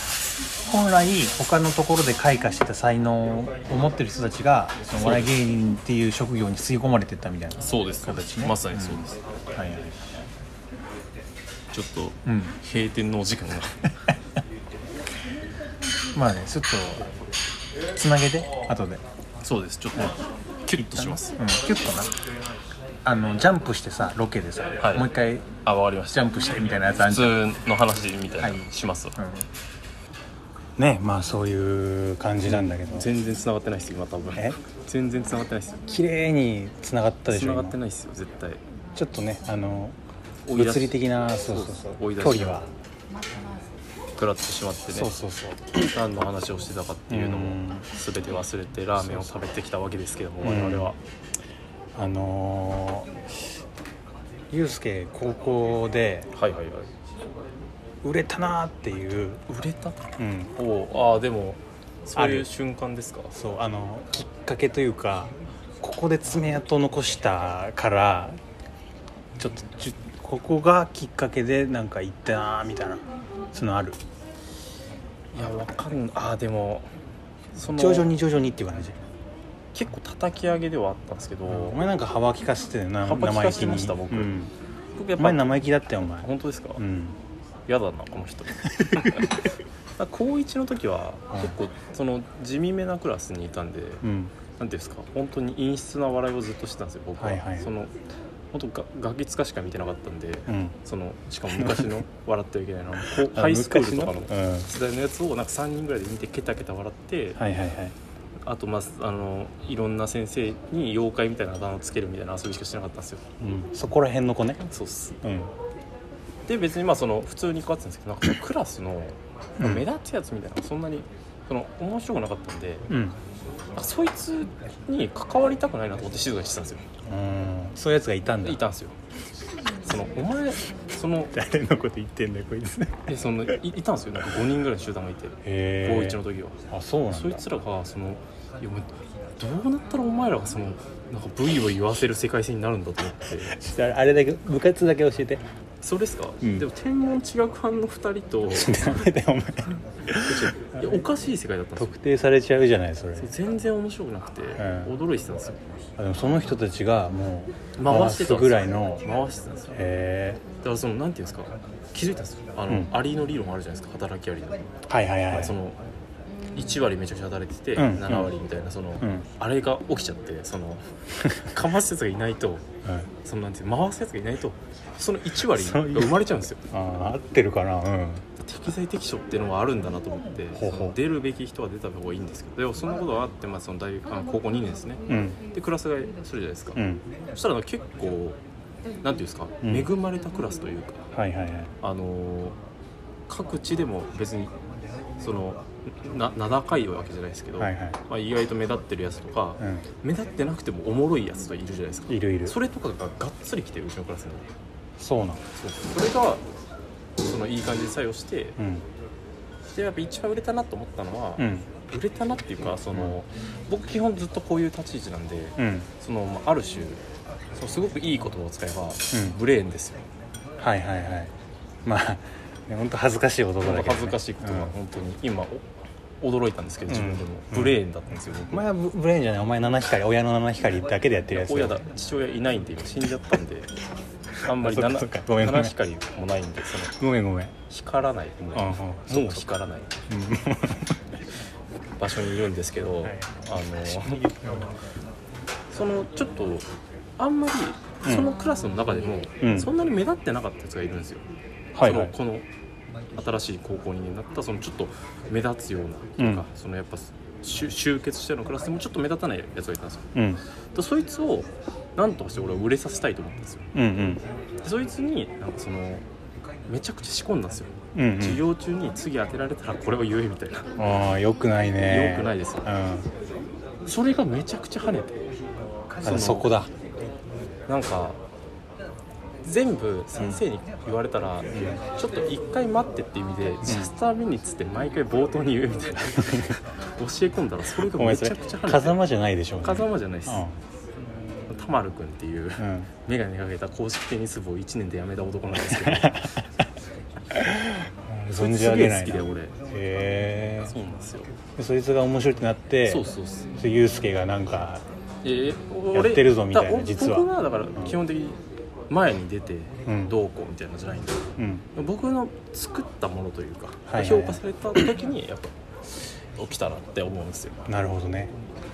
[SPEAKER 1] 本来他のところで開花してた才能を持ってる人たちがそのお笑い芸人っていう職業に吸い込まれてったみたいな
[SPEAKER 2] そうですそうです
[SPEAKER 1] 形ね
[SPEAKER 2] まさにそうです、
[SPEAKER 1] はいはい
[SPEAKER 2] ちょっと
[SPEAKER 1] うん
[SPEAKER 2] 閉店のお時間 が
[SPEAKER 1] まあねちょっとつなげて後で
[SPEAKER 2] そうですちょっとキュッとします
[SPEAKER 1] うん、キュッとなあのジャンプしてさロケでさ、
[SPEAKER 2] はい
[SPEAKER 1] もう一回
[SPEAKER 2] あわかりまし
[SPEAKER 1] ジ
[SPEAKER 2] た
[SPEAKER 1] ャンプしてみたいなやつあん
[SPEAKER 2] 普
[SPEAKER 1] じゃん、
[SPEAKER 2] 通の話みたいな
[SPEAKER 1] はい
[SPEAKER 2] のしますわ、
[SPEAKER 1] うんねまあそういう感じなんだけど
[SPEAKER 2] 全然繋がってないですよ今多分
[SPEAKER 1] え
[SPEAKER 2] 全然繋がってないですよ
[SPEAKER 1] 綺麗に繋がったでしょ
[SPEAKER 2] 繋がって
[SPEAKER 1] 今
[SPEAKER 2] ないですよ絶対
[SPEAKER 1] ちょっとねあの
[SPEAKER 2] 追い出し
[SPEAKER 1] 物理的なそうそうそう
[SPEAKER 2] 追い出し
[SPEAKER 1] 距離は、
[SPEAKER 2] 食らってしまってね
[SPEAKER 1] そうそうそう
[SPEAKER 2] 何の話をしてたかっていうの
[SPEAKER 1] う
[SPEAKER 2] も
[SPEAKER 1] ん
[SPEAKER 2] 全て忘れてラーメンを食べてきたわけですけども
[SPEAKER 1] そう
[SPEAKER 2] 我
[SPEAKER 1] そう
[SPEAKER 2] 々は
[SPEAKER 1] あのー、ゆうすけ高校で
[SPEAKER 2] はいはいはい
[SPEAKER 1] 売れたなーっていう、
[SPEAKER 2] 売れた
[SPEAKER 1] うん、
[SPEAKER 2] おおああでもそう
[SPEAKER 1] あ
[SPEAKER 2] いう
[SPEAKER 1] る
[SPEAKER 2] 瞬間ですか
[SPEAKER 1] そうあのきっかけというかここで爪痕を残したからちょっとじゅここがきっかけでなんか行ったなみたいなそういうのある
[SPEAKER 2] いやわかんああでもその
[SPEAKER 1] 徐々に徐々にっていう感じ
[SPEAKER 2] 結構叩き上げではあったんですけど
[SPEAKER 1] お前なんか幅利かしてたよな
[SPEAKER 2] 幅利かし
[SPEAKER 1] 生意気に
[SPEAKER 2] てました僕
[SPEAKER 1] うん
[SPEAKER 2] 僕や
[SPEAKER 1] お前
[SPEAKER 2] っぱ
[SPEAKER 1] 生意気だったよお前
[SPEAKER 2] 本当ですか
[SPEAKER 1] うん
[SPEAKER 2] 嫌だなこの 人だから高1の時は
[SPEAKER 1] うん
[SPEAKER 2] 結構その地味めなクラスにいたんで
[SPEAKER 1] うん
[SPEAKER 2] なんていうんですか本当に陰湿な笑いをずっとしてたんですよ僕は、
[SPEAKER 1] はいはい
[SPEAKER 2] その本当がガキつかしか見てなかったんで、
[SPEAKER 1] うん
[SPEAKER 2] そのしかも昔 の笑ってはいけないなこうハイスクールとかの
[SPEAKER 1] 昔うん、はい
[SPEAKER 2] 世代のやつをなんか3人ぐらいで見てケタケタ笑って、
[SPEAKER 1] はいはい
[SPEAKER 2] あとまああのいろんな先生に妖怪みたいなあだ名をつけるみたいな遊びしかしてなかったんですよ
[SPEAKER 1] うん、そこら辺の子ね
[SPEAKER 2] そうっす
[SPEAKER 1] うん
[SPEAKER 2] で別にまあその普通にこうやってたんですけどなんかそのクラスの
[SPEAKER 1] うん
[SPEAKER 2] 目立つやつみたいなのがそんなにその面白くなかったんで
[SPEAKER 1] うん
[SPEAKER 2] あそいつに関わりたくないなと思って静かにしてたんですよ
[SPEAKER 1] うんそういうやつがいたんだ
[SPEAKER 2] でいたんですよそのお前その
[SPEAKER 1] 誰のこと言ってんだよこいつへ
[SPEAKER 2] えそのいいたんですよなんか5人ぐらい集団がいて高
[SPEAKER 1] え
[SPEAKER 2] 1の時は
[SPEAKER 1] あそうなんだ
[SPEAKER 2] そいつらがそのいやお前どうなったらお前らがそのなんかブイを言わせる世界線になるんだと思って
[SPEAKER 1] あれあれだけ部活だけ教え て
[SPEAKER 2] それですか、
[SPEAKER 1] うん
[SPEAKER 2] でも天文地学班の2人と
[SPEAKER 1] ダメだよお前
[SPEAKER 2] いやおかしい世界だったんですよ
[SPEAKER 1] 特定されちゃうじゃないそれ
[SPEAKER 2] 全然面白くなくて、
[SPEAKER 1] ん
[SPEAKER 2] 驚いてたんですよ
[SPEAKER 1] あでもその人たちがもう
[SPEAKER 2] 回してたんです
[SPEAKER 1] 回すぐ
[SPEAKER 2] よ
[SPEAKER 1] らいのへ
[SPEAKER 2] 回してたんですよ
[SPEAKER 1] え
[SPEAKER 2] だからそのなんていうんですか気づいたんですよあの、
[SPEAKER 1] うん
[SPEAKER 2] アリの理論あるじゃないですか働きアリの、
[SPEAKER 1] はいはいはい
[SPEAKER 2] その1割めちゃくちゃ働いてて、
[SPEAKER 1] うん
[SPEAKER 2] 7割みたいなその、
[SPEAKER 1] うん
[SPEAKER 2] あれが起きちゃってその かますやつがいないと
[SPEAKER 1] うん、あ
[SPEAKER 2] そのなんていう回すやつがいないとその1割が生まれちゃうんですよ
[SPEAKER 1] あ合ってるかなうん
[SPEAKER 2] 適材適所っていうのはあるんだなと思って
[SPEAKER 1] ほうほう
[SPEAKER 2] その出るべき人は出た方がいいんですけどでもそんなことがあって、まあ、その大あの高校2年ですね、
[SPEAKER 1] うん
[SPEAKER 2] でクラス替えするじゃないですか、
[SPEAKER 1] うん
[SPEAKER 2] そしたら結構なんていうんですか、
[SPEAKER 1] うん
[SPEAKER 2] 恵まれたクラスというか
[SPEAKER 1] はいはいはい
[SPEAKER 2] あのー各地でも別にそのな名高いわけじゃないですけど、
[SPEAKER 1] はいはい
[SPEAKER 2] まあ、意外と目立ってるやつとか、
[SPEAKER 1] う
[SPEAKER 2] 目立ってなくてもおもろいやつといるじゃないですか
[SPEAKER 1] んいるいる
[SPEAKER 2] それとかががっつり来てうちのクラスに
[SPEAKER 1] そうなん
[SPEAKER 2] そうそれがそのいい感じで作用して
[SPEAKER 1] うん
[SPEAKER 2] でやっぱ一番売れたなと思ったのは、
[SPEAKER 1] うん
[SPEAKER 2] 売れたなっていうかその僕基本ずっとこういう立ち位置なんで、
[SPEAKER 1] うん
[SPEAKER 2] そのまあある種そうすごくいい言葉を使えば、ブレーンですよ
[SPEAKER 1] はいはいはいまあ本当恥ずかしい男だけど、ね、
[SPEAKER 2] 恥ずかしい言葉、
[SPEAKER 1] うん
[SPEAKER 2] 本当に今お驚いたんですけど自分でも、
[SPEAKER 1] うん
[SPEAKER 2] ブレーンだったんですよ僕、
[SPEAKER 1] お前はブブレーンじゃないお前七光親の七光だけでやってるやつ
[SPEAKER 2] 親だ父親いないんで今死んじゃっ たんであんまり
[SPEAKER 1] そっか
[SPEAKER 2] 七
[SPEAKER 1] そっかごめんごめん
[SPEAKER 2] 七光もないんでその
[SPEAKER 1] ごめんごめん、
[SPEAKER 2] 光らないもう,、
[SPEAKER 1] うんうん
[SPEAKER 2] もう光らない
[SPEAKER 1] うん
[SPEAKER 2] 場所にいるんですけど、
[SPEAKER 1] はい
[SPEAKER 2] あのそのちょっとあんまりそのクラスの中でも、
[SPEAKER 1] うん
[SPEAKER 2] そんなに目立ってなかったやつがいるんですよ、
[SPEAKER 1] はいはい
[SPEAKER 2] そのこの新しい高校になったそのちょっと目立つようなとか、
[SPEAKER 1] うん
[SPEAKER 2] そのやっぱ集集結したようなクラスでもちょっと目立たないやつがいたんですよ
[SPEAKER 1] うん
[SPEAKER 2] でそいつをなんとかして俺は売れさせたいと思ったんですよ
[SPEAKER 1] うん
[SPEAKER 2] でそいつになんかそのめちゃくちゃ仕込んだんですよ、
[SPEAKER 1] うんうん
[SPEAKER 2] 授業中に次当てられたらこれを言えみたいな
[SPEAKER 1] ああよくないね
[SPEAKER 2] 良くないですよ
[SPEAKER 1] うんあ
[SPEAKER 2] それがめちゃくちゃ跳ねて
[SPEAKER 1] そこだ
[SPEAKER 2] なんか全部先生に言われたら、ちょっと一回待ってって意味で、ジャスターミニッツって毎回冒頭に言うみた いな教え込んだらそれが
[SPEAKER 1] お前
[SPEAKER 2] め
[SPEAKER 1] そ
[SPEAKER 2] ち
[SPEAKER 1] れ
[SPEAKER 2] ゃくちゃ跳ねて
[SPEAKER 1] 風間じゃないでしょうね
[SPEAKER 2] 風間じゃないです、
[SPEAKER 1] う
[SPEAKER 2] タマル君っていう、
[SPEAKER 1] んうん
[SPEAKER 2] 眼鏡かけた公式テニス部を1年で辞めた男なんですけど そ
[SPEAKER 1] 存
[SPEAKER 2] いつ
[SPEAKER 1] じ上
[SPEAKER 2] すげ
[SPEAKER 1] げ
[SPEAKER 2] え
[SPEAKER 1] ない
[SPEAKER 2] 好き
[SPEAKER 1] なへ
[SPEAKER 2] で俺
[SPEAKER 1] え
[SPEAKER 2] そうなんですよ
[SPEAKER 1] でそいつが面白いってなって
[SPEAKER 2] そうそうそう
[SPEAKER 1] でユうスケがなんか
[SPEAKER 2] えー
[SPEAKER 1] やってるぞみたいな
[SPEAKER 2] だから
[SPEAKER 1] 実は
[SPEAKER 2] 僕はだから基本的に前に出て
[SPEAKER 1] うん
[SPEAKER 2] どうこうみたいなのじゃないんで、
[SPEAKER 1] うん
[SPEAKER 2] 僕の作ったものというか、
[SPEAKER 1] はいはい
[SPEAKER 2] 評価された時にやっぱ起きたなって思うんですよ
[SPEAKER 1] なるほどね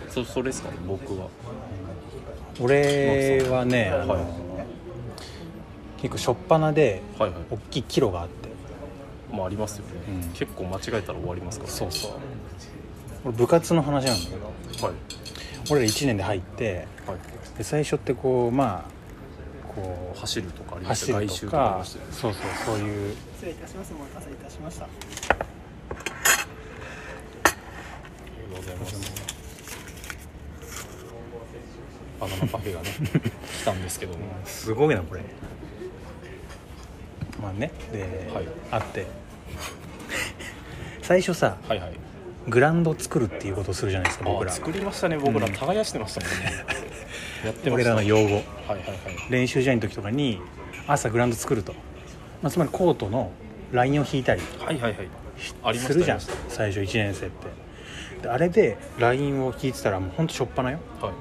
[SPEAKER 2] そそれですかね僕は
[SPEAKER 1] 俺はね
[SPEAKER 2] はい
[SPEAKER 1] あの結構初っ端で
[SPEAKER 2] はいはい
[SPEAKER 1] 大きいキロがあって
[SPEAKER 2] まあありますよね、
[SPEAKER 1] うん
[SPEAKER 2] 結構間違えたら終わりますから
[SPEAKER 1] そうそう俺部活の話なんだけど
[SPEAKER 2] はい
[SPEAKER 1] 俺ら1年で入って
[SPEAKER 2] はい
[SPEAKER 1] で最初ってこうまあこう
[SPEAKER 2] 走るとかありま
[SPEAKER 1] 走
[SPEAKER 2] した
[SPEAKER 1] る
[SPEAKER 2] 外周
[SPEAKER 1] と
[SPEAKER 2] とかあり
[SPEAKER 1] か
[SPEAKER 2] ましたよね
[SPEAKER 1] そうそうそういう
[SPEAKER 4] 失礼いたしますお待たせいたしました
[SPEAKER 2] ありがとうございますバナナパフェがね 来たんですけども
[SPEAKER 1] すごいなこれまあねで、
[SPEAKER 2] はい
[SPEAKER 1] あって最初さ
[SPEAKER 2] はいはい
[SPEAKER 1] グラウンド作るっていうことをするじゃないですか僕
[SPEAKER 2] あ
[SPEAKER 1] ら
[SPEAKER 2] 作りましたね僕ら、
[SPEAKER 1] うん
[SPEAKER 2] 耕してましたもん ねやってま
[SPEAKER 1] 俺
[SPEAKER 2] した
[SPEAKER 1] らの用語
[SPEAKER 2] はいはいはい
[SPEAKER 1] 練習試合の時とかに朝グラウンド作ると、まあ、つまりコートのラインを引いたり
[SPEAKER 2] はいはいはい ありました
[SPEAKER 1] するじゃん
[SPEAKER 2] ありまし
[SPEAKER 1] 最初1年生ってであれでラインを引いてたらもうほんとしょっぱなよ
[SPEAKER 2] たは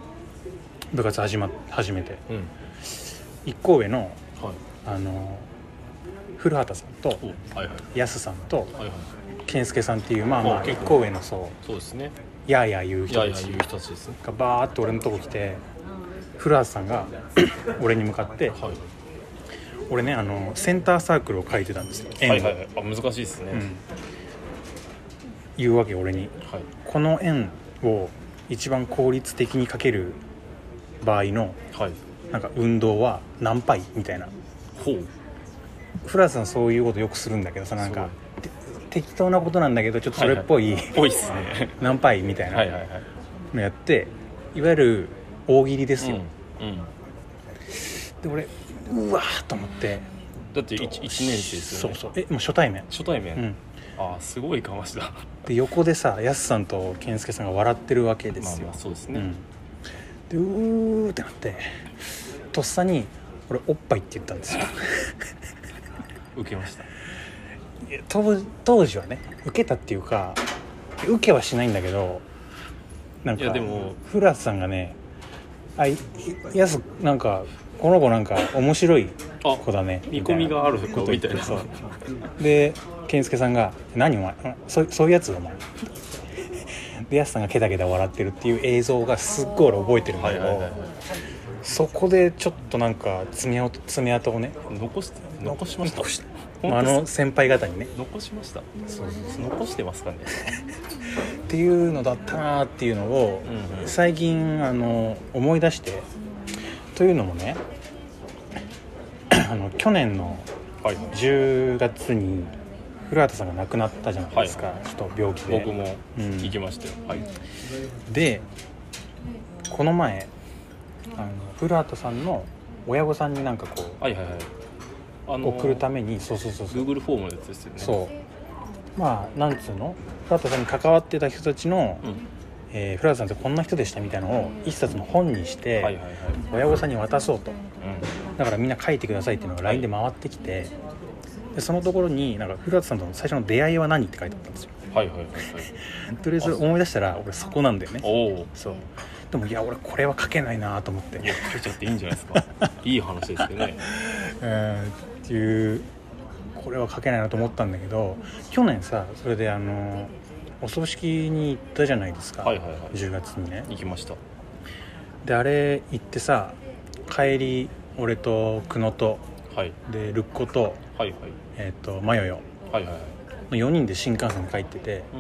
[SPEAKER 1] 部活始,、ま、始めて
[SPEAKER 2] いうん
[SPEAKER 1] 1校上の
[SPEAKER 2] はい
[SPEAKER 1] あの古畑さんと
[SPEAKER 2] おはいはい
[SPEAKER 1] やすさんと
[SPEAKER 2] はいはい
[SPEAKER 1] 健介さんっていうまあま
[SPEAKER 2] お
[SPEAKER 1] あ
[SPEAKER 2] 結
[SPEAKER 1] 1
[SPEAKER 2] 構
[SPEAKER 1] 校上のそう
[SPEAKER 2] そうですね
[SPEAKER 1] やあやあ言う
[SPEAKER 2] い
[SPEAKER 1] 人
[SPEAKER 2] やい
[SPEAKER 1] た
[SPEAKER 2] や
[SPEAKER 1] ち
[SPEAKER 2] 言う人たちですね
[SPEAKER 1] がバーッと俺のとこ来て古畑さんが 俺に向かって
[SPEAKER 2] はい
[SPEAKER 1] 俺ねあのセンターサークルを書いてたんですよ円を、
[SPEAKER 2] はいはいはいあ難しいですね、
[SPEAKER 1] うん言うわけ俺に
[SPEAKER 2] はい
[SPEAKER 1] この円を一番効率的に書ける場合の
[SPEAKER 2] はい
[SPEAKER 1] なんか運動は何パイみたいな
[SPEAKER 2] ほう
[SPEAKER 1] 古畑さんそういうことよくするんだけどさなんかて適当なことなんだけどちょっとそれっぽい、
[SPEAKER 2] ぽいっすね
[SPEAKER 1] 何パイみたい
[SPEAKER 2] はい
[SPEAKER 1] な
[SPEAKER 2] はいはい
[SPEAKER 1] のやっていわゆる大喜利ですよ、
[SPEAKER 2] うん、うん、
[SPEAKER 1] で俺うわーと思って
[SPEAKER 2] だって 1, 一年生ですよね
[SPEAKER 1] そうそうえもう初対面
[SPEAKER 2] 初対面、
[SPEAKER 1] うん
[SPEAKER 2] ああすごいかましだ
[SPEAKER 1] で横でさやすさんと健介さんが笑ってるわけで
[SPEAKER 2] まあ
[SPEAKER 1] すよ、
[SPEAKER 2] まあそうです
[SPEAKER 1] う
[SPEAKER 2] ね
[SPEAKER 1] ん、でうーってなってとっさに俺おっぱいって言ったんですよ
[SPEAKER 2] 受けました
[SPEAKER 1] いや当当時はね受けたっていうか受けはしないんだけどなんか
[SPEAKER 2] いやでも
[SPEAKER 1] 古畑さんがねあいやすなんかこの子なんか面白い
[SPEAKER 2] あ
[SPEAKER 1] 子だね
[SPEAKER 2] 見込みがあることみたいな
[SPEAKER 1] そうで健介さんが「何お前うんそうそういうやつお前」 でやすさんがケタケタ笑ってるっていう映像がすっごい俺覚えてるんだ
[SPEAKER 2] はい
[SPEAKER 1] けど、
[SPEAKER 2] はいはい
[SPEAKER 1] そこでちょっとなんか爪痕爪痕をね
[SPEAKER 2] 残して残しました
[SPEAKER 1] 残し
[SPEAKER 2] 本
[SPEAKER 1] あ
[SPEAKER 2] 当で
[SPEAKER 1] の
[SPEAKER 2] す
[SPEAKER 1] 先輩方にね
[SPEAKER 2] 残しました残してますかね
[SPEAKER 1] っていうのだったなっていうのを
[SPEAKER 2] うんうん
[SPEAKER 1] 最近あの思い出してというのもねあの去年の
[SPEAKER 2] はい
[SPEAKER 1] 10月に古畑さんが亡くなったじゃないですか、
[SPEAKER 2] はい
[SPEAKER 1] ちょっと病気で
[SPEAKER 2] 僕も聞きましたよ、はい
[SPEAKER 1] でこの前あの古畑さんの親御さんになんかこう、
[SPEAKER 2] はいはいはいあ
[SPEAKER 1] 送るた
[SPEAKER 2] め
[SPEAKER 1] めにそうそうそうそう
[SPEAKER 2] Google フォームのやつですよね
[SPEAKER 1] そうまあなんつうの古畑さんに関わってた人たちの
[SPEAKER 2] うん
[SPEAKER 1] えーフラーさんってこんな人でしたみたいなのを一冊の本にし
[SPEAKER 2] いはい
[SPEAKER 1] て
[SPEAKER 2] はい、
[SPEAKER 1] 親御さんに渡そうと
[SPEAKER 2] う
[SPEAKER 1] だからみんな書いてくださいっていうのが LINE で回ってきてでそのところになんか古畑さんとの最初の出会いは何って書いてあったんですよ
[SPEAKER 2] ん、はいはいはいはい
[SPEAKER 1] とりあえず思い出したら俺そこなんだよね
[SPEAKER 2] おお
[SPEAKER 1] そうでもいや俺これは書けないなと思って
[SPEAKER 2] いや書けちゃっていいんじゃないですか いい話ですよね
[SPEAKER 1] えーっていうこれは書けないなと思ったんだけど去年さそれであのお葬式に行ったじゃないですか、
[SPEAKER 2] はいはいはい
[SPEAKER 1] 10月にね
[SPEAKER 2] 行きました
[SPEAKER 1] であれ行ってさ帰り俺と久野と
[SPEAKER 2] はい
[SPEAKER 1] でルッコと,、
[SPEAKER 2] はいはい
[SPEAKER 1] えー、とマヨヨ
[SPEAKER 2] はいはいはい
[SPEAKER 1] の4人で新幹線で帰ってて
[SPEAKER 2] う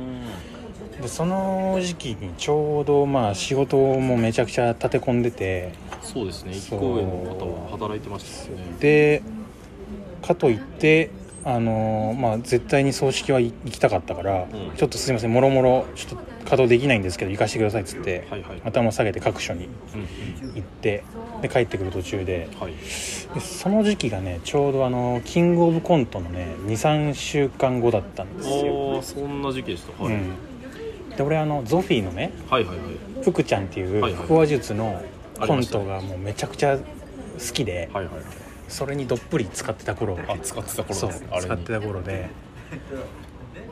[SPEAKER 2] ん
[SPEAKER 1] でその時期にちょうどまあ仕事もめちゃくちゃ立て込んでて
[SPEAKER 2] そうですね一
[SPEAKER 1] そう
[SPEAKER 2] 公園の方は働いてましたよね
[SPEAKER 1] でかといってあのまあ絶対に葬式は行きたかったから、
[SPEAKER 2] うん
[SPEAKER 1] ちょっとすいませんもろもろちょっと稼働できないんですけど行かせてくださいっつって、
[SPEAKER 2] はいはい
[SPEAKER 1] 頭下げて各所に
[SPEAKER 2] うん
[SPEAKER 1] 行ってで帰ってくる途中で
[SPEAKER 2] うんはい
[SPEAKER 1] でその時期がねちょうどあのキングオブコントのね23週間後だったんですよ、
[SPEAKER 2] ああそんな時期でした、
[SPEAKER 1] う
[SPEAKER 2] はい
[SPEAKER 1] ん、で俺あのゾフィーのね
[SPEAKER 2] はいはいはい
[SPEAKER 1] 福ちゃんってい
[SPEAKER 2] はいうはい
[SPEAKER 1] 腹話術の
[SPEAKER 2] あり
[SPEAKER 1] コ
[SPEAKER 2] ま
[SPEAKER 1] ン
[SPEAKER 2] した
[SPEAKER 1] ト
[SPEAKER 2] ね
[SPEAKER 1] がもうめちゃくちゃ好きで
[SPEAKER 2] はいはい
[SPEAKER 1] それにどっぷり使ってた頃
[SPEAKER 2] あ使ってた頃
[SPEAKER 1] そう
[SPEAKER 2] ですあれに
[SPEAKER 1] 使ってた頃で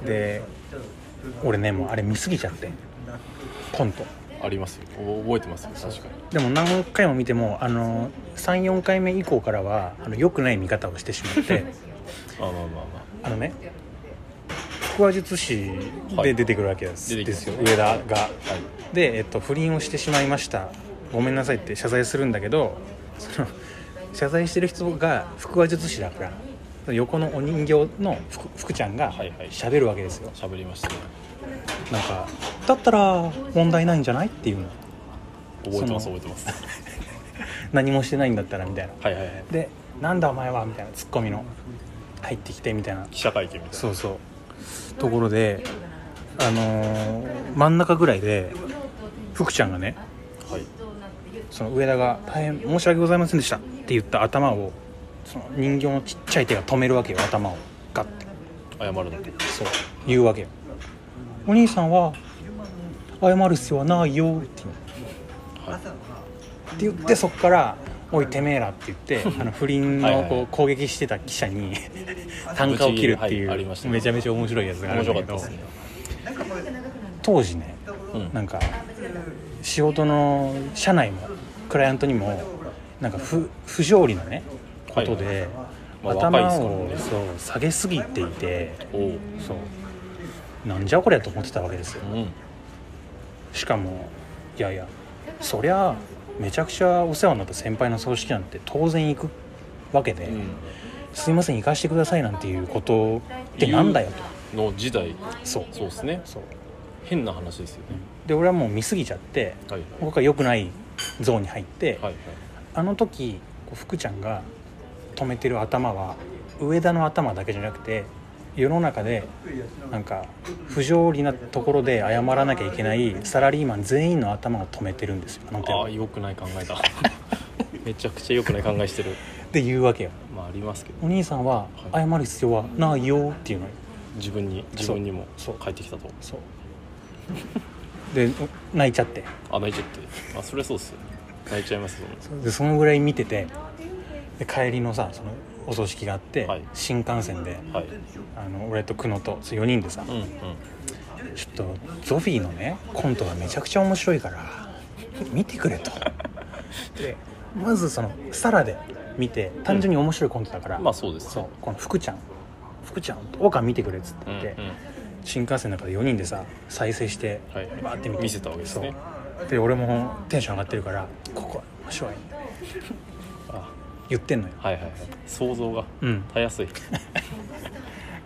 [SPEAKER 1] で俺ねもうあれ見すぎちゃってコント
[SPEAKER 2] ありますよお覚えてますよ確かに
[SPEAKER 1] でも何回も見てもあの34回目以降からはあの良くない見方をしてしまって
[SPEAKER 2] まあまあまあまあ
[SPEAKER 1] あのね腹話術師で出てくるわけです,、
[SPEAKER 2] はい出てき
[SPEAKER 1] で
[SPEAKER 2] ます
[SPEAKER 1] すよ上田が
[SPEAKER 2] はい
[SPEAKER 1] で、えっと、不倫をしてしまいましたごめんなさいって謝罪するんだけどその謝罪してる人が腹話術師だからその横のお人形の福福ちゃんが
[SPEAKER 2] はいはい
[SPEAKER 1] 喋るわけですよ、
[SPEAKER 2] 喋りましたね
[SPEAKER 1] なんかだったら問題ないんじゃないっていうの
[SPEAKER 2] 覚えてます
[SPEAKER 1] そ
[SPEAKER 2] 覚えてます
[SPEAKER 1] 何もしてないんだったらみたいな
[SPEAKER 2] はいはいはい
[SPEAKER 1] で「なんだお前は」みたいなツッコミの入ってきてみたいな
[SPEAKER 2] 記者会見みたいな
[SPEAKER 1] そうそうところであのー真ん中ぐらいで福ちゃんがね
[SPEAKER 2] はい
[SPEAKER 1] その上田が「大変申し訳ございませんでした」って言った頭をその人形のちっちゃい手が止めるわけよ頭をガッて
[SPEAKER 2] 謝るのって
[SPEAKER 1] そう言うわけよお兄さんは謝る必要はないよって言う
[SPEAKER 2] はい
[SPEAKER 1] って言ってそこから「おいてめえら」って言 ってあの不倫
[SPEAKER 2] はい
[SPEAKER 1] の
[SPEAKER 2] はい
[SPEAKER 1] こう攻撃してた記者 に単価を切るってい
[SPEAKER 2] ぶち切りはいありまし
[SPEAKER 1] う
[SPEAKER 2] たね
[SPEAKER 1] めちゃめちゃ面白いやつがある
[SPEAKER 2] 面
[SPEAKER 1] んだ
[SPEAKER 2] 白
[SPEAKER 1] け
[SPEAKER 2] かった
[SPEAKER 1] ど
[SPEAKER 2] ですね
[SPEAKER 1] 当時ね
[SPEAKER 2] うん
[SPEAKER 1] なんか仕事の社内もクライアントにもなんか不不条理なねこと
[SPEAKER 2] はいはい
[SPEAKER 1] で
[SPEAKER 2] まあ若いで
[SPEAKER 1] 頭
[SPEAKER 2] すから
[SPEAKER 1] を
[SPEAKER 2] ね
[SPEAKER 1] そう下げすぎていて
[SPEAKER 2] おおう
[SPEAKER 1] そうなんじゃこりゃと思ってたわけですよ
[SPEAKER 2] うん
[SPEAKER 1] しかもいやいやそりゃめちゃくちゃお世話になった先輩の葬式なんて当然行くわけで、すいません行かしてくださいなんていうことってなんだよと
[SPEAKER 2] うんの時代
[SPEAKER 1] そう
[SPEAKER 2] そうですね
[SPEAKER 1] そう
[SPEAKER 2] 変な話ですよね
[SPEAKER 1] で俺はもう見過ぎちゃって
[SPEAKER 2] はい
[SPEAKER 1] 僕は良くないゾーンに入って、
[SPEAKER 2] はいはい
[SPEAKER 1] あの時こう福ちゃんが止めてる頭は上田の頭だけじゃなくて世の中でなんか不条理なところで謝らなきゃいけないサラリーマン全員の頭を止めてるんですよあの手
[SPEAKER 2] ああ
[SPEAKER 1] は
[SPEAKER 2] ー良くない考えだ めちゃくちゃ良くない考えしてる
[SPEAKER 1] って言うわけよ
[SPEAKER 2] まあありますけど
[SPEAKER 1] お兄さんは謝る必要はないよっていうのよ
[SPEAKER 2] 自分に自分にも
[SPEAKER 1] そう
[SPEAKER 2] 帰ってきたと
[SPEAKER 1] そうで泣いちゃって
[SPEAKER 2] あ泣いちゃってあそれそうっすよ泣いちゃいますよ
[SPEAKER 1] でそのぐらい見ててで帰りのさそのお葬式があって、
[SPEAKER 2] はい
[SPEAKER 1] 新幹線で
[SPEAKER 2] はい
[SPEAKER 1] あの俺と久野と4人でさ、
[SPEAKER 2] うんうん
[SPEAKER 1] ちょっとゾフィーのねコントがめちゃくちゃ面白いから見てくれ とでまずそのサラで見て単純に面白いコントだから、
[SPEAKER 2] まあそうです
[SPEAKER 1] そうこの福ちゃん福ちゃんと岡見てくれっつって
[SPEAKER 2] う
[SPEAKER 1] 言
[SPEAKER 2] ん
[SPEAKER 1] っ
[SPEAKER 2] うん
[SPEAKER 1] て、新幹線の中で4人でさ再生して
[SPEAKER 2] はいはい
[SPEAKER 1] バーって見て
[SPEAKER 2] 見せたわけですね
[SPEAKER 1] そうで俺もテンション上がってるからここ面白い
[SPEAKER 2] あ
[SPEAKER 1] 言ってんのよ
[SPEAKER 2] はいはいはい想像が
[SPEAKER 1] うん
[SPEAKER 2] たや すい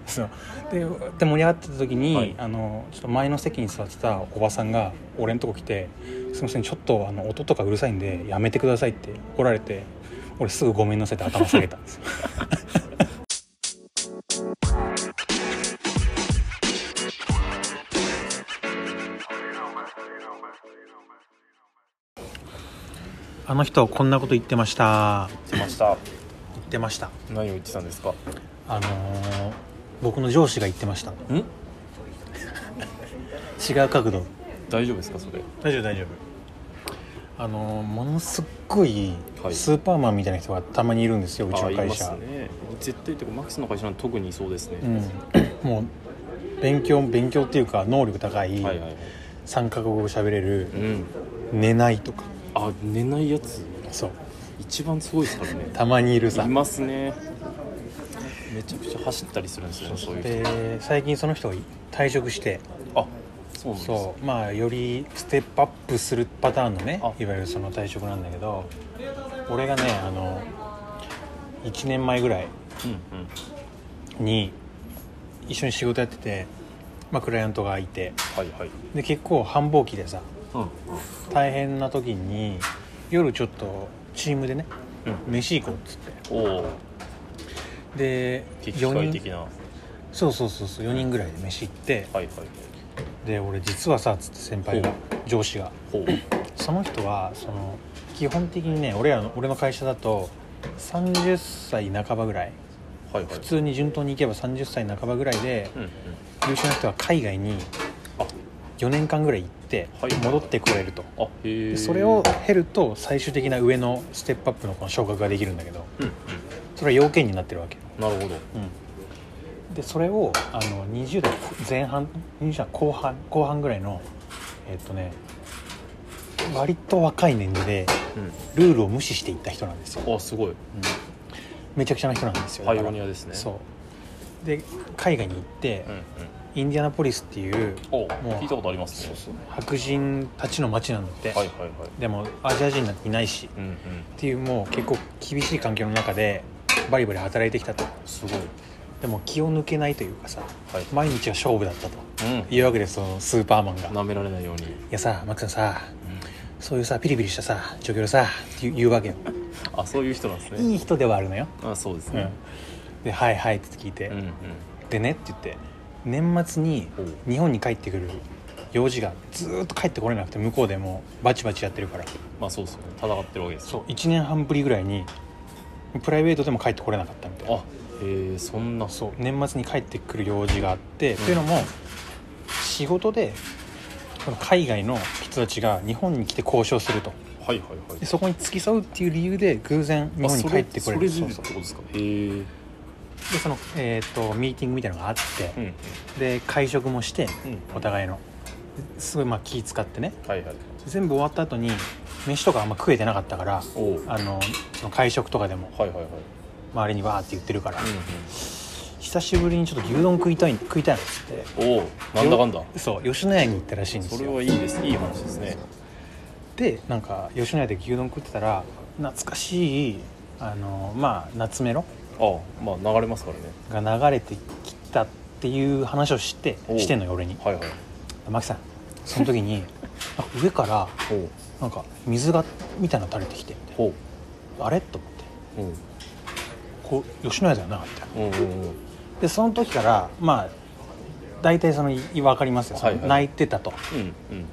[SPEAKER 1] そうでで盛り上がってた時に、
[SPEAKER 2] はい
[SPEAKER 1] あのちょっと前の席に座ってたおばさんが俺のとこ来て「すいませんちょっとあの音とかうるさいんでやめてください」って怒られて俺すぐ「ごめんなさい」って頭下げたんですよ あの人こんなこと言ってました
[SPEAKER 2] 出ました
[SPEAKER 1] 言ってました
[SPEAKER 2] 何を言ってたんですか
[SPEAKER 1] あのー僕の上司が言ってました
[SPEAKER 2] ん
[SPEAKER 1] 違う角度
[SPEAKER 2] 大丈夫ですかそれ
[SPEAKER 1] 大丈夫大丈夫あのものすっごい
[SPEAKER 2] はい
[SPEAKER 1] スーパーマンみたいな人がたまにいるんですよ、うちの
[SPEAKER 2] あい
[SPEAKER 1] 会
[SPEAKER 2] ます
[SPEAKER 1] 社、
[SPEAKER 2] ね絶対っていうかマックスの会社なんて特にそうですね、
[SPEAKER 1] うん、もう勉強勉強っていうか能力高い、
[SPEAKER 2] はいはいはい
[SPEAKER 1] 三角語を喋れる
[SPEAKER 2] うん
[SPEAKER 1] 寝ないとか
[SPEAKER 2] あ寝ないやつ
[SPEAKER 1] そう
[SPEAKER 2] 一番すごいですからね
[SPEAKER 1] たまにいるさ
[SPEAKER 2] いますねめちゃくちゃ走ったりするんですよねそういう人
[SPEAKER 1] で最近その人が退職して
[SPEAKER 2] あそうなんですね
[SPEAKER 1] そうまあよりステップアップするパターンのね
[SPEAKER 2] あ
[SPEAKER 1] いわゆるその退職なんだけど俺がねあの1年前ぐらい
[SPEAKER 2] うん
[SPEAKER 1] に一緒に仕事やってて、まあ、クライアントがいて
[SPEAKER 2] うんはいはい
[SPEAKER 1] で結構繁忙期でさ
[SPEAKER 2] うん
[SPEAKER 1] 大変な時に夜ちょっとチームでね、飯行こうっつって
[SPEAKER 2] おお
[SPEAKER 1] で
[SPEAKER 2] 敵機
[SPEAKER 1] 四
[SPEAKER 2] 械
[SPEAKER 1] 人
[SPEAKER 2] 的なは
[SPEAKER 1] そうそうそうそう4人ぐらいで飯行って
[SPEAKER 2] いはい
[SPEAKER 1] で俺実はさつって先輩が
[SPEAKER 2] ほ
[SPEAKER 1] 上司が
[SPEAKER 2] ほう
[SPEAKER 1] その人はその基本的にね俺らの俺の会社だと30歳半ばぐらい
[SPEAKER 2] はいはい
[SPEAKER 1] 普通に順当にいけば30歳半ばぐらいで
[SPEAKER 2] うんうん
[SPEAKER 1] 優秀な人は海外に
[SPEAKER 2] あ
[SPEAKER 1] 4年間ぐらい行って
[SPEAKER 2] はい
[SPEAKER 1] 戻ってこれると、
[SPEAKER 2] あへ
[SPEAKER 1] で
[SPEAKER 2] え
[SPEAKER 1] それを経ると最終的な上のステップアップのこの昇格ができるんだけど
[SPEAKER 2] うんうん
[SPEAKER 1] それは要件になってるわけ、
[SPEAKER 2] なるほど
[SPEAKER 1] でそれをあの20代前半20代後半後半ぐらいのえっとね割と若い年次でルールを無視していった人なんですよ
[SPEAKER 2] うんあすごい
[SPEAKER 1] めちゃくちゃな人なんですよ
[SPEAKER 2] パ
[SPEAKER 1] だか
[SPEAKER 2] イ
[SPEAKER 1] ら
[SPEAKER 2] オニアですね
[SPEAKER 1] そうで海外に行って、
[SPEAKER 2] うんうん
[SPEAKER 1] インディアナポリスっていう
[SPEAKER 2] お
[SPEAKER 1] もう
[SPEAKER 2] 聞いたことありますね
[SPEAKER 1] 白人たちの街なんだって、
[SPEAKER 2] はいはいはい
[SPEAKER 1] でもアジア人なんていないしっ
[SPEAKER 2] うんうん
[SPEAKER 1] ていうもう結構厳しい環境の中でバリバリ働いてきたと
[SPEAKER 2] すごい
[SPEAKER 1] でも気を抜けないというかさ
[SPEAKER 2] はい
[SPEAKER 1] 毎日が勝負だったと
[SPEAKER 2] う
[SPEAKER 1] いうわけですそのスーパーマンが
[SPEAKER 2] んなめられないように
[SPEAKER 1] いやさマックさんさそういうさピリピリしたさ状況でさって言う言うわけよ
[SPEAKER 2] あそういう人なんですね
[SPEAKER 1] いい人ではあるのよ、
[SPEAKER 2] あそうです
[SPEAKER 1] うん
[SPEAKER 2] ね、
[SPEAKER 1] で「はいはい」って聞いて、
[SPEAKER 2] うんうん
[SPEAKER 1] でねって言って年末に
[SPEAKER 2] おう
[SPEAKER 1] 日本に帰ってくる用事がずーっと帰ってこれなくて向こうでもうバチバチやってるから
[SPEAKER 2] まあそうですよね戦ってるわけですよ
[SPEAKER 1] そう1年半ぶりぐらいにプライベートでも帰ってこれなかったみたいな
[SPEAKER 2] あえー、そんな
[SPEAKER 1] そう年末に帰ってくる用事があって、というのも仕事でこの海外の人たちが日本に来て交渉すると
[SPEAKER 2] はいはいはい
[SPEAKER 1] でそこに付き添うっていう理由で偶然日
[SPEAKER 2] あ
[SPEAKER 1] 本に
[SPEAKER 2] そ
[SPEAKER 1] 帰ってこれる
[SPEAKER 2] そ
[SPEAKER 1] そ
[SPEAKER 2] れ
[SPEAKER 1] う
[SPEAKER 2] でっ
[SPEAKER 1] そ
[SPEAKER 2] て
[SPEAKER 1] う
[SPEAKER 2] ことですかへえ
[SPEAKER 1] でその、えー、とミーティングみたいなのがあって、
[SPEAKER 2] うん
[SPEAKER 1] で会食もして、
[SPEAKER 2] うん
[SPEAKER 1] お互いのですごいまあ気使ってね
[SPEAKER 2] はいはい
[SPEAKER 1] 全部終わった後に飯とかあんま食えてなかったから
[SPEAKER 2] おおはい
[SPEAKER 1] あのその会食とかでも
[SPEAKER 2] はいはい
[SPEAKER 1] 周りにわーって言ってるから、
[SPEAKER 2] う
[SPEAKER 1] 久しぶりにちょっと牛丼食いたい食いたいなっつって
[SPEAKER 2] んうんおおなんだかんだ
[SPEAKER 1] そう吉野家に行ったらしいんです
[SPEAKER 2] それ
[SPEAKER 1] よ
[SPEAKER 2] はいいですいい話ですね
[SPEAKER 1] でなんか吉野家で牛丼食ってたら懐かしいあのまあ夏メロ
[SPEAKER 2] ああまあ流れますからね
[SPEAKER 1] が流れてきたっていう話をして
[SPEAKER 2] おう
[SPEAKER 1] してんのよ俺に
[SPEAKER 2] はいはい
[SPEAKER 1] マキさんその時 になんか上から
[SPEAKER 2] おう
[SPEAKER 1] なんか水がみたいなの垂れてきて
[SPEAKER 2] ほ
[SPEAKER 1] あれと思って
[SPEAKER 2] ううん
[SPEAKER 1] こう吉野家だよなみたいな
[SPEAKER 2] うんうんうん
[SPEAKER 1] でその時からまあ大体そのい分かりますよ、
[SPEAKER 2] はいはい
[SPEAKER 1] 泣いてたと
[SPEAKER 2] うんうん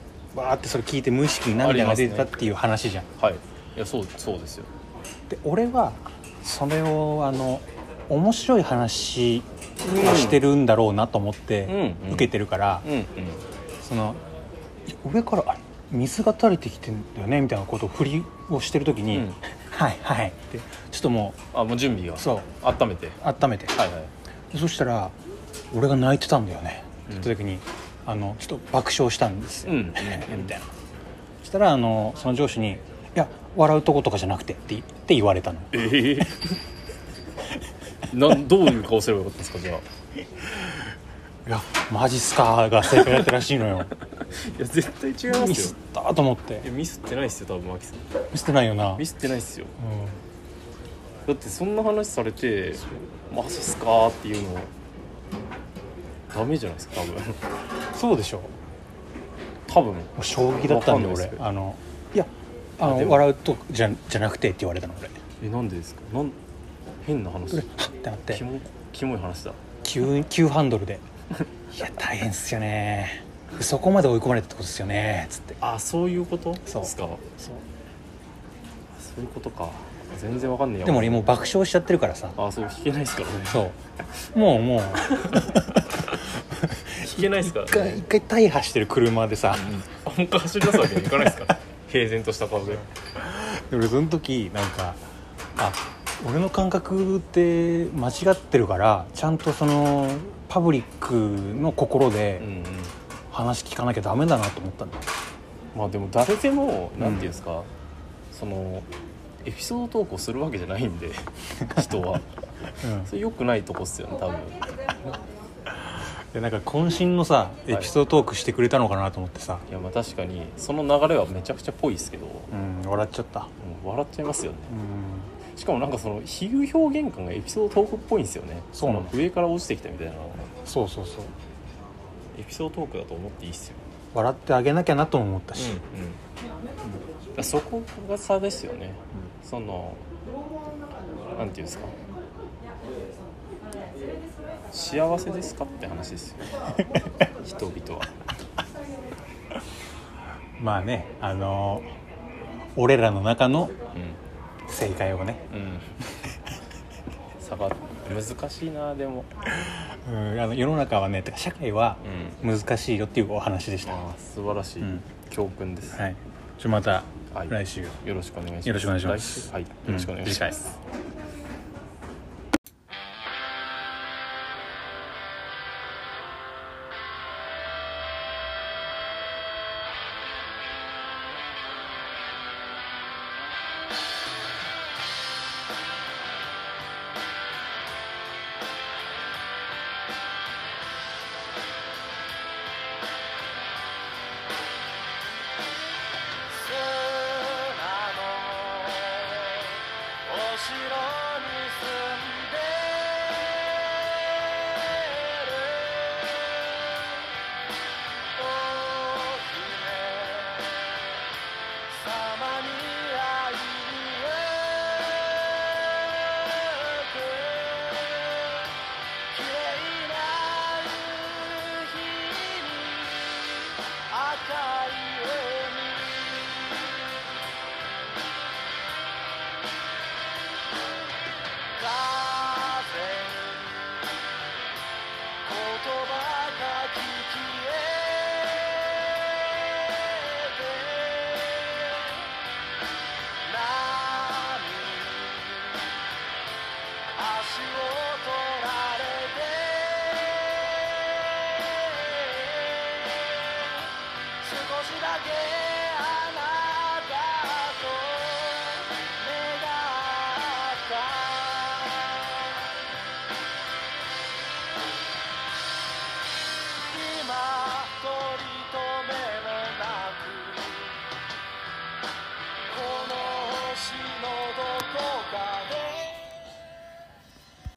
[SPEAKER 1] わーってそれ聞いて無意識に涙が出てた
[SPEAKER 2] ありま
[SPEAKER 1] っ
[SPEAKER 2] すね
[SPEAKER 1] ていう話じゃん、
[SPEAKER 2] はいいやそうそうですよ
[SPEAKER 1] で俺はそれをあの面白い話をしてるんだろうなと思って
[SPEAKER 2] うんうん
[SPEAKER 1] 受けてるから、
[SPEAKER 2] うんうん
[SPEAKER 1] その上からあれ水が垂れてきてんだよねみたいなことを振りをしてる時に「
[SPEAKER 2] うん
[SPEAKER 1] はいはい」ってちょっとも
[SPEAKER 2] あもう準備が
[SPEAKER 1] うそう
[SPEAKER 2] 温めて
[SPEAKER 1] 温めて、
[SPEAKER 2] はいはい
[SPEAKER 1] でそしたら「俺が泣いてたんだよね」って言った時に、あのちょっと爆笑したんですよ、
[SPEAKER 2] うんうん
[SPEAKER 1] みたいなそしたらあのその上司に「いや笑うとことかじゃなくて」って言って言われたの
[SPEAKER 2] ええ なんどういう顔すればよかったんですかじゃあ
[SPEAKER 1] 「いやマジっすか」が正解だったらしいの よ
[SPEAKER 2] いや絶対違いま
[SPEAKER 1] ミ
[SPEAKER 2] す
[SPEAKER 1] ス
[SPEAKER 2] よ
[SPEAKER 1] ったと思って
[SPEAKER 2] いやミスってないっすよ多分マキさん
[SPEAKER 1] ミスってないよな
[SPEAKER 2] ミスってないっすよ
[SPEAKER 1] うん
[SPEAKER 2] だってそんな話されて「マジっすか?」っていうのダメじゃないですか多分
[SPEAKER 1] そうでしょも
[SPEAKER 2] 多分
[SPEAKER 1] う衝撃だったんで
[SPEAKER 2] わかんないです
[SPEAKER 1] 俺
[SPEAKER 2] けど
[SPEAKER 1] あの「いやあ
[SPEAKER 2] で
[SPEAKER 1] の
[SPEAKER 2] も
[SPEAKER 1] 笑うとこじゃじゃなくて」って言われたの俺
[SPEAKER 2] えなんでですかなん変な話
[SPEAKER 1] 俺はっってなって
[SPEAKER 2] キモキモい話だ
[SPEAKER 1] 急急ハンドルで「いや大変っすよねそこまで追い込まれたってことですよね」つって
[SPEAKER 2] あそういうことで
[SPEAKER 1] そう
[SPEAKER 2] すか
[SPEAKER 1] そう
[SPEAKER 2] そういうことか全然わかんねえよ
[SPEAKER 1] でも俺もう爆笑しちゃってるからさ
[SPEAKER 2] あそう聞けないっすからね
[SPEAKER 1] そうもうもう
[SPEAKER 2] 聞けないですから
[SPEAKER 1] 一回一回大破してる車でさ、
[SPEAKER 2] あもう一回走り出すわけにいかないです から平然とした顔で
[SPEAKER 1] で俺その時なんかあ俺の感覚って間違ってるからちゃんとそのパブリックの心
[SPEAKER 2] う
[SPEAKER 1] で
[SPEAKER 2] ん
[SPEAKER 1] 話聞かなきゃダメだなと思ったんだよ、
[SPEAKER 2] まあでも誰でもなんていうんですか、そのエピソード投稿するわけじゃない んで人は
[SPEAKER 1] うん
[SPEAKER 2] それ良くないとこっすよね多分
[SPEAKER 1] でなんか渾身のさエピソードトークしてくれたのかなと思ってさ、
[SPEAKER 2] いやまあ確かにその流れはめちゃくちゃぽいですけど、も
[SPEAKER 1] うん笑っちゃった
[SPEAKER 2] う笑っちゃいますよね
[SPEAKER 1] うん
[SPEAKER 2] しかもなんかその比喩表現感がエピソードトークっぽいんですよね
[SPEAKER 1] そうなの
[SPEAKER 2] の上から落ちてきたみたいな
[SPEAKER 1] そうそうそう
[SPEAKER 2] エピソードトークだと思っていいっすよ、
[SPEAKER 1] 笑ってあげなきゃなとも思ったし、
[SPEAKER 2] うんうん、そこが差ですよね、そのなんていうんですか幸せですかって話です よ人々は
[SPEAKER 1] まあねあの俺らの中の
[SPEAKER 2] う
[SPEAKER 1] 正解をね、
[SPEAKER 2] んうん差が難しいなでも
[SPEAKER 1] うん、あの世の中はねてか社会は
[SPEAKER 2] うん
[SPEAKER 1] 難しいよっていうお話でした、
[SPEAKER 2] あー素晴らしい
[SPEAKER 1] うん
[SPEAKER 2] 教訓です、
[SPEAKER 1] はいちょまた
[SPEAKER 2] はい
[SPEAKER 1] 来週、
[SPEAKER 2] よろしくお願いします
[SPEAKER 1] よろしくお願いします
[SPEAKER 2] 来週はいよろしくお願いします、
[SPEAKER 1] す、
[SPEAKER 5] 「空のお城に住んでる」「お姫様に会いに行く」「綺麗な夕日に赤い海」風に言葉が消えて波足を取られて少しだけ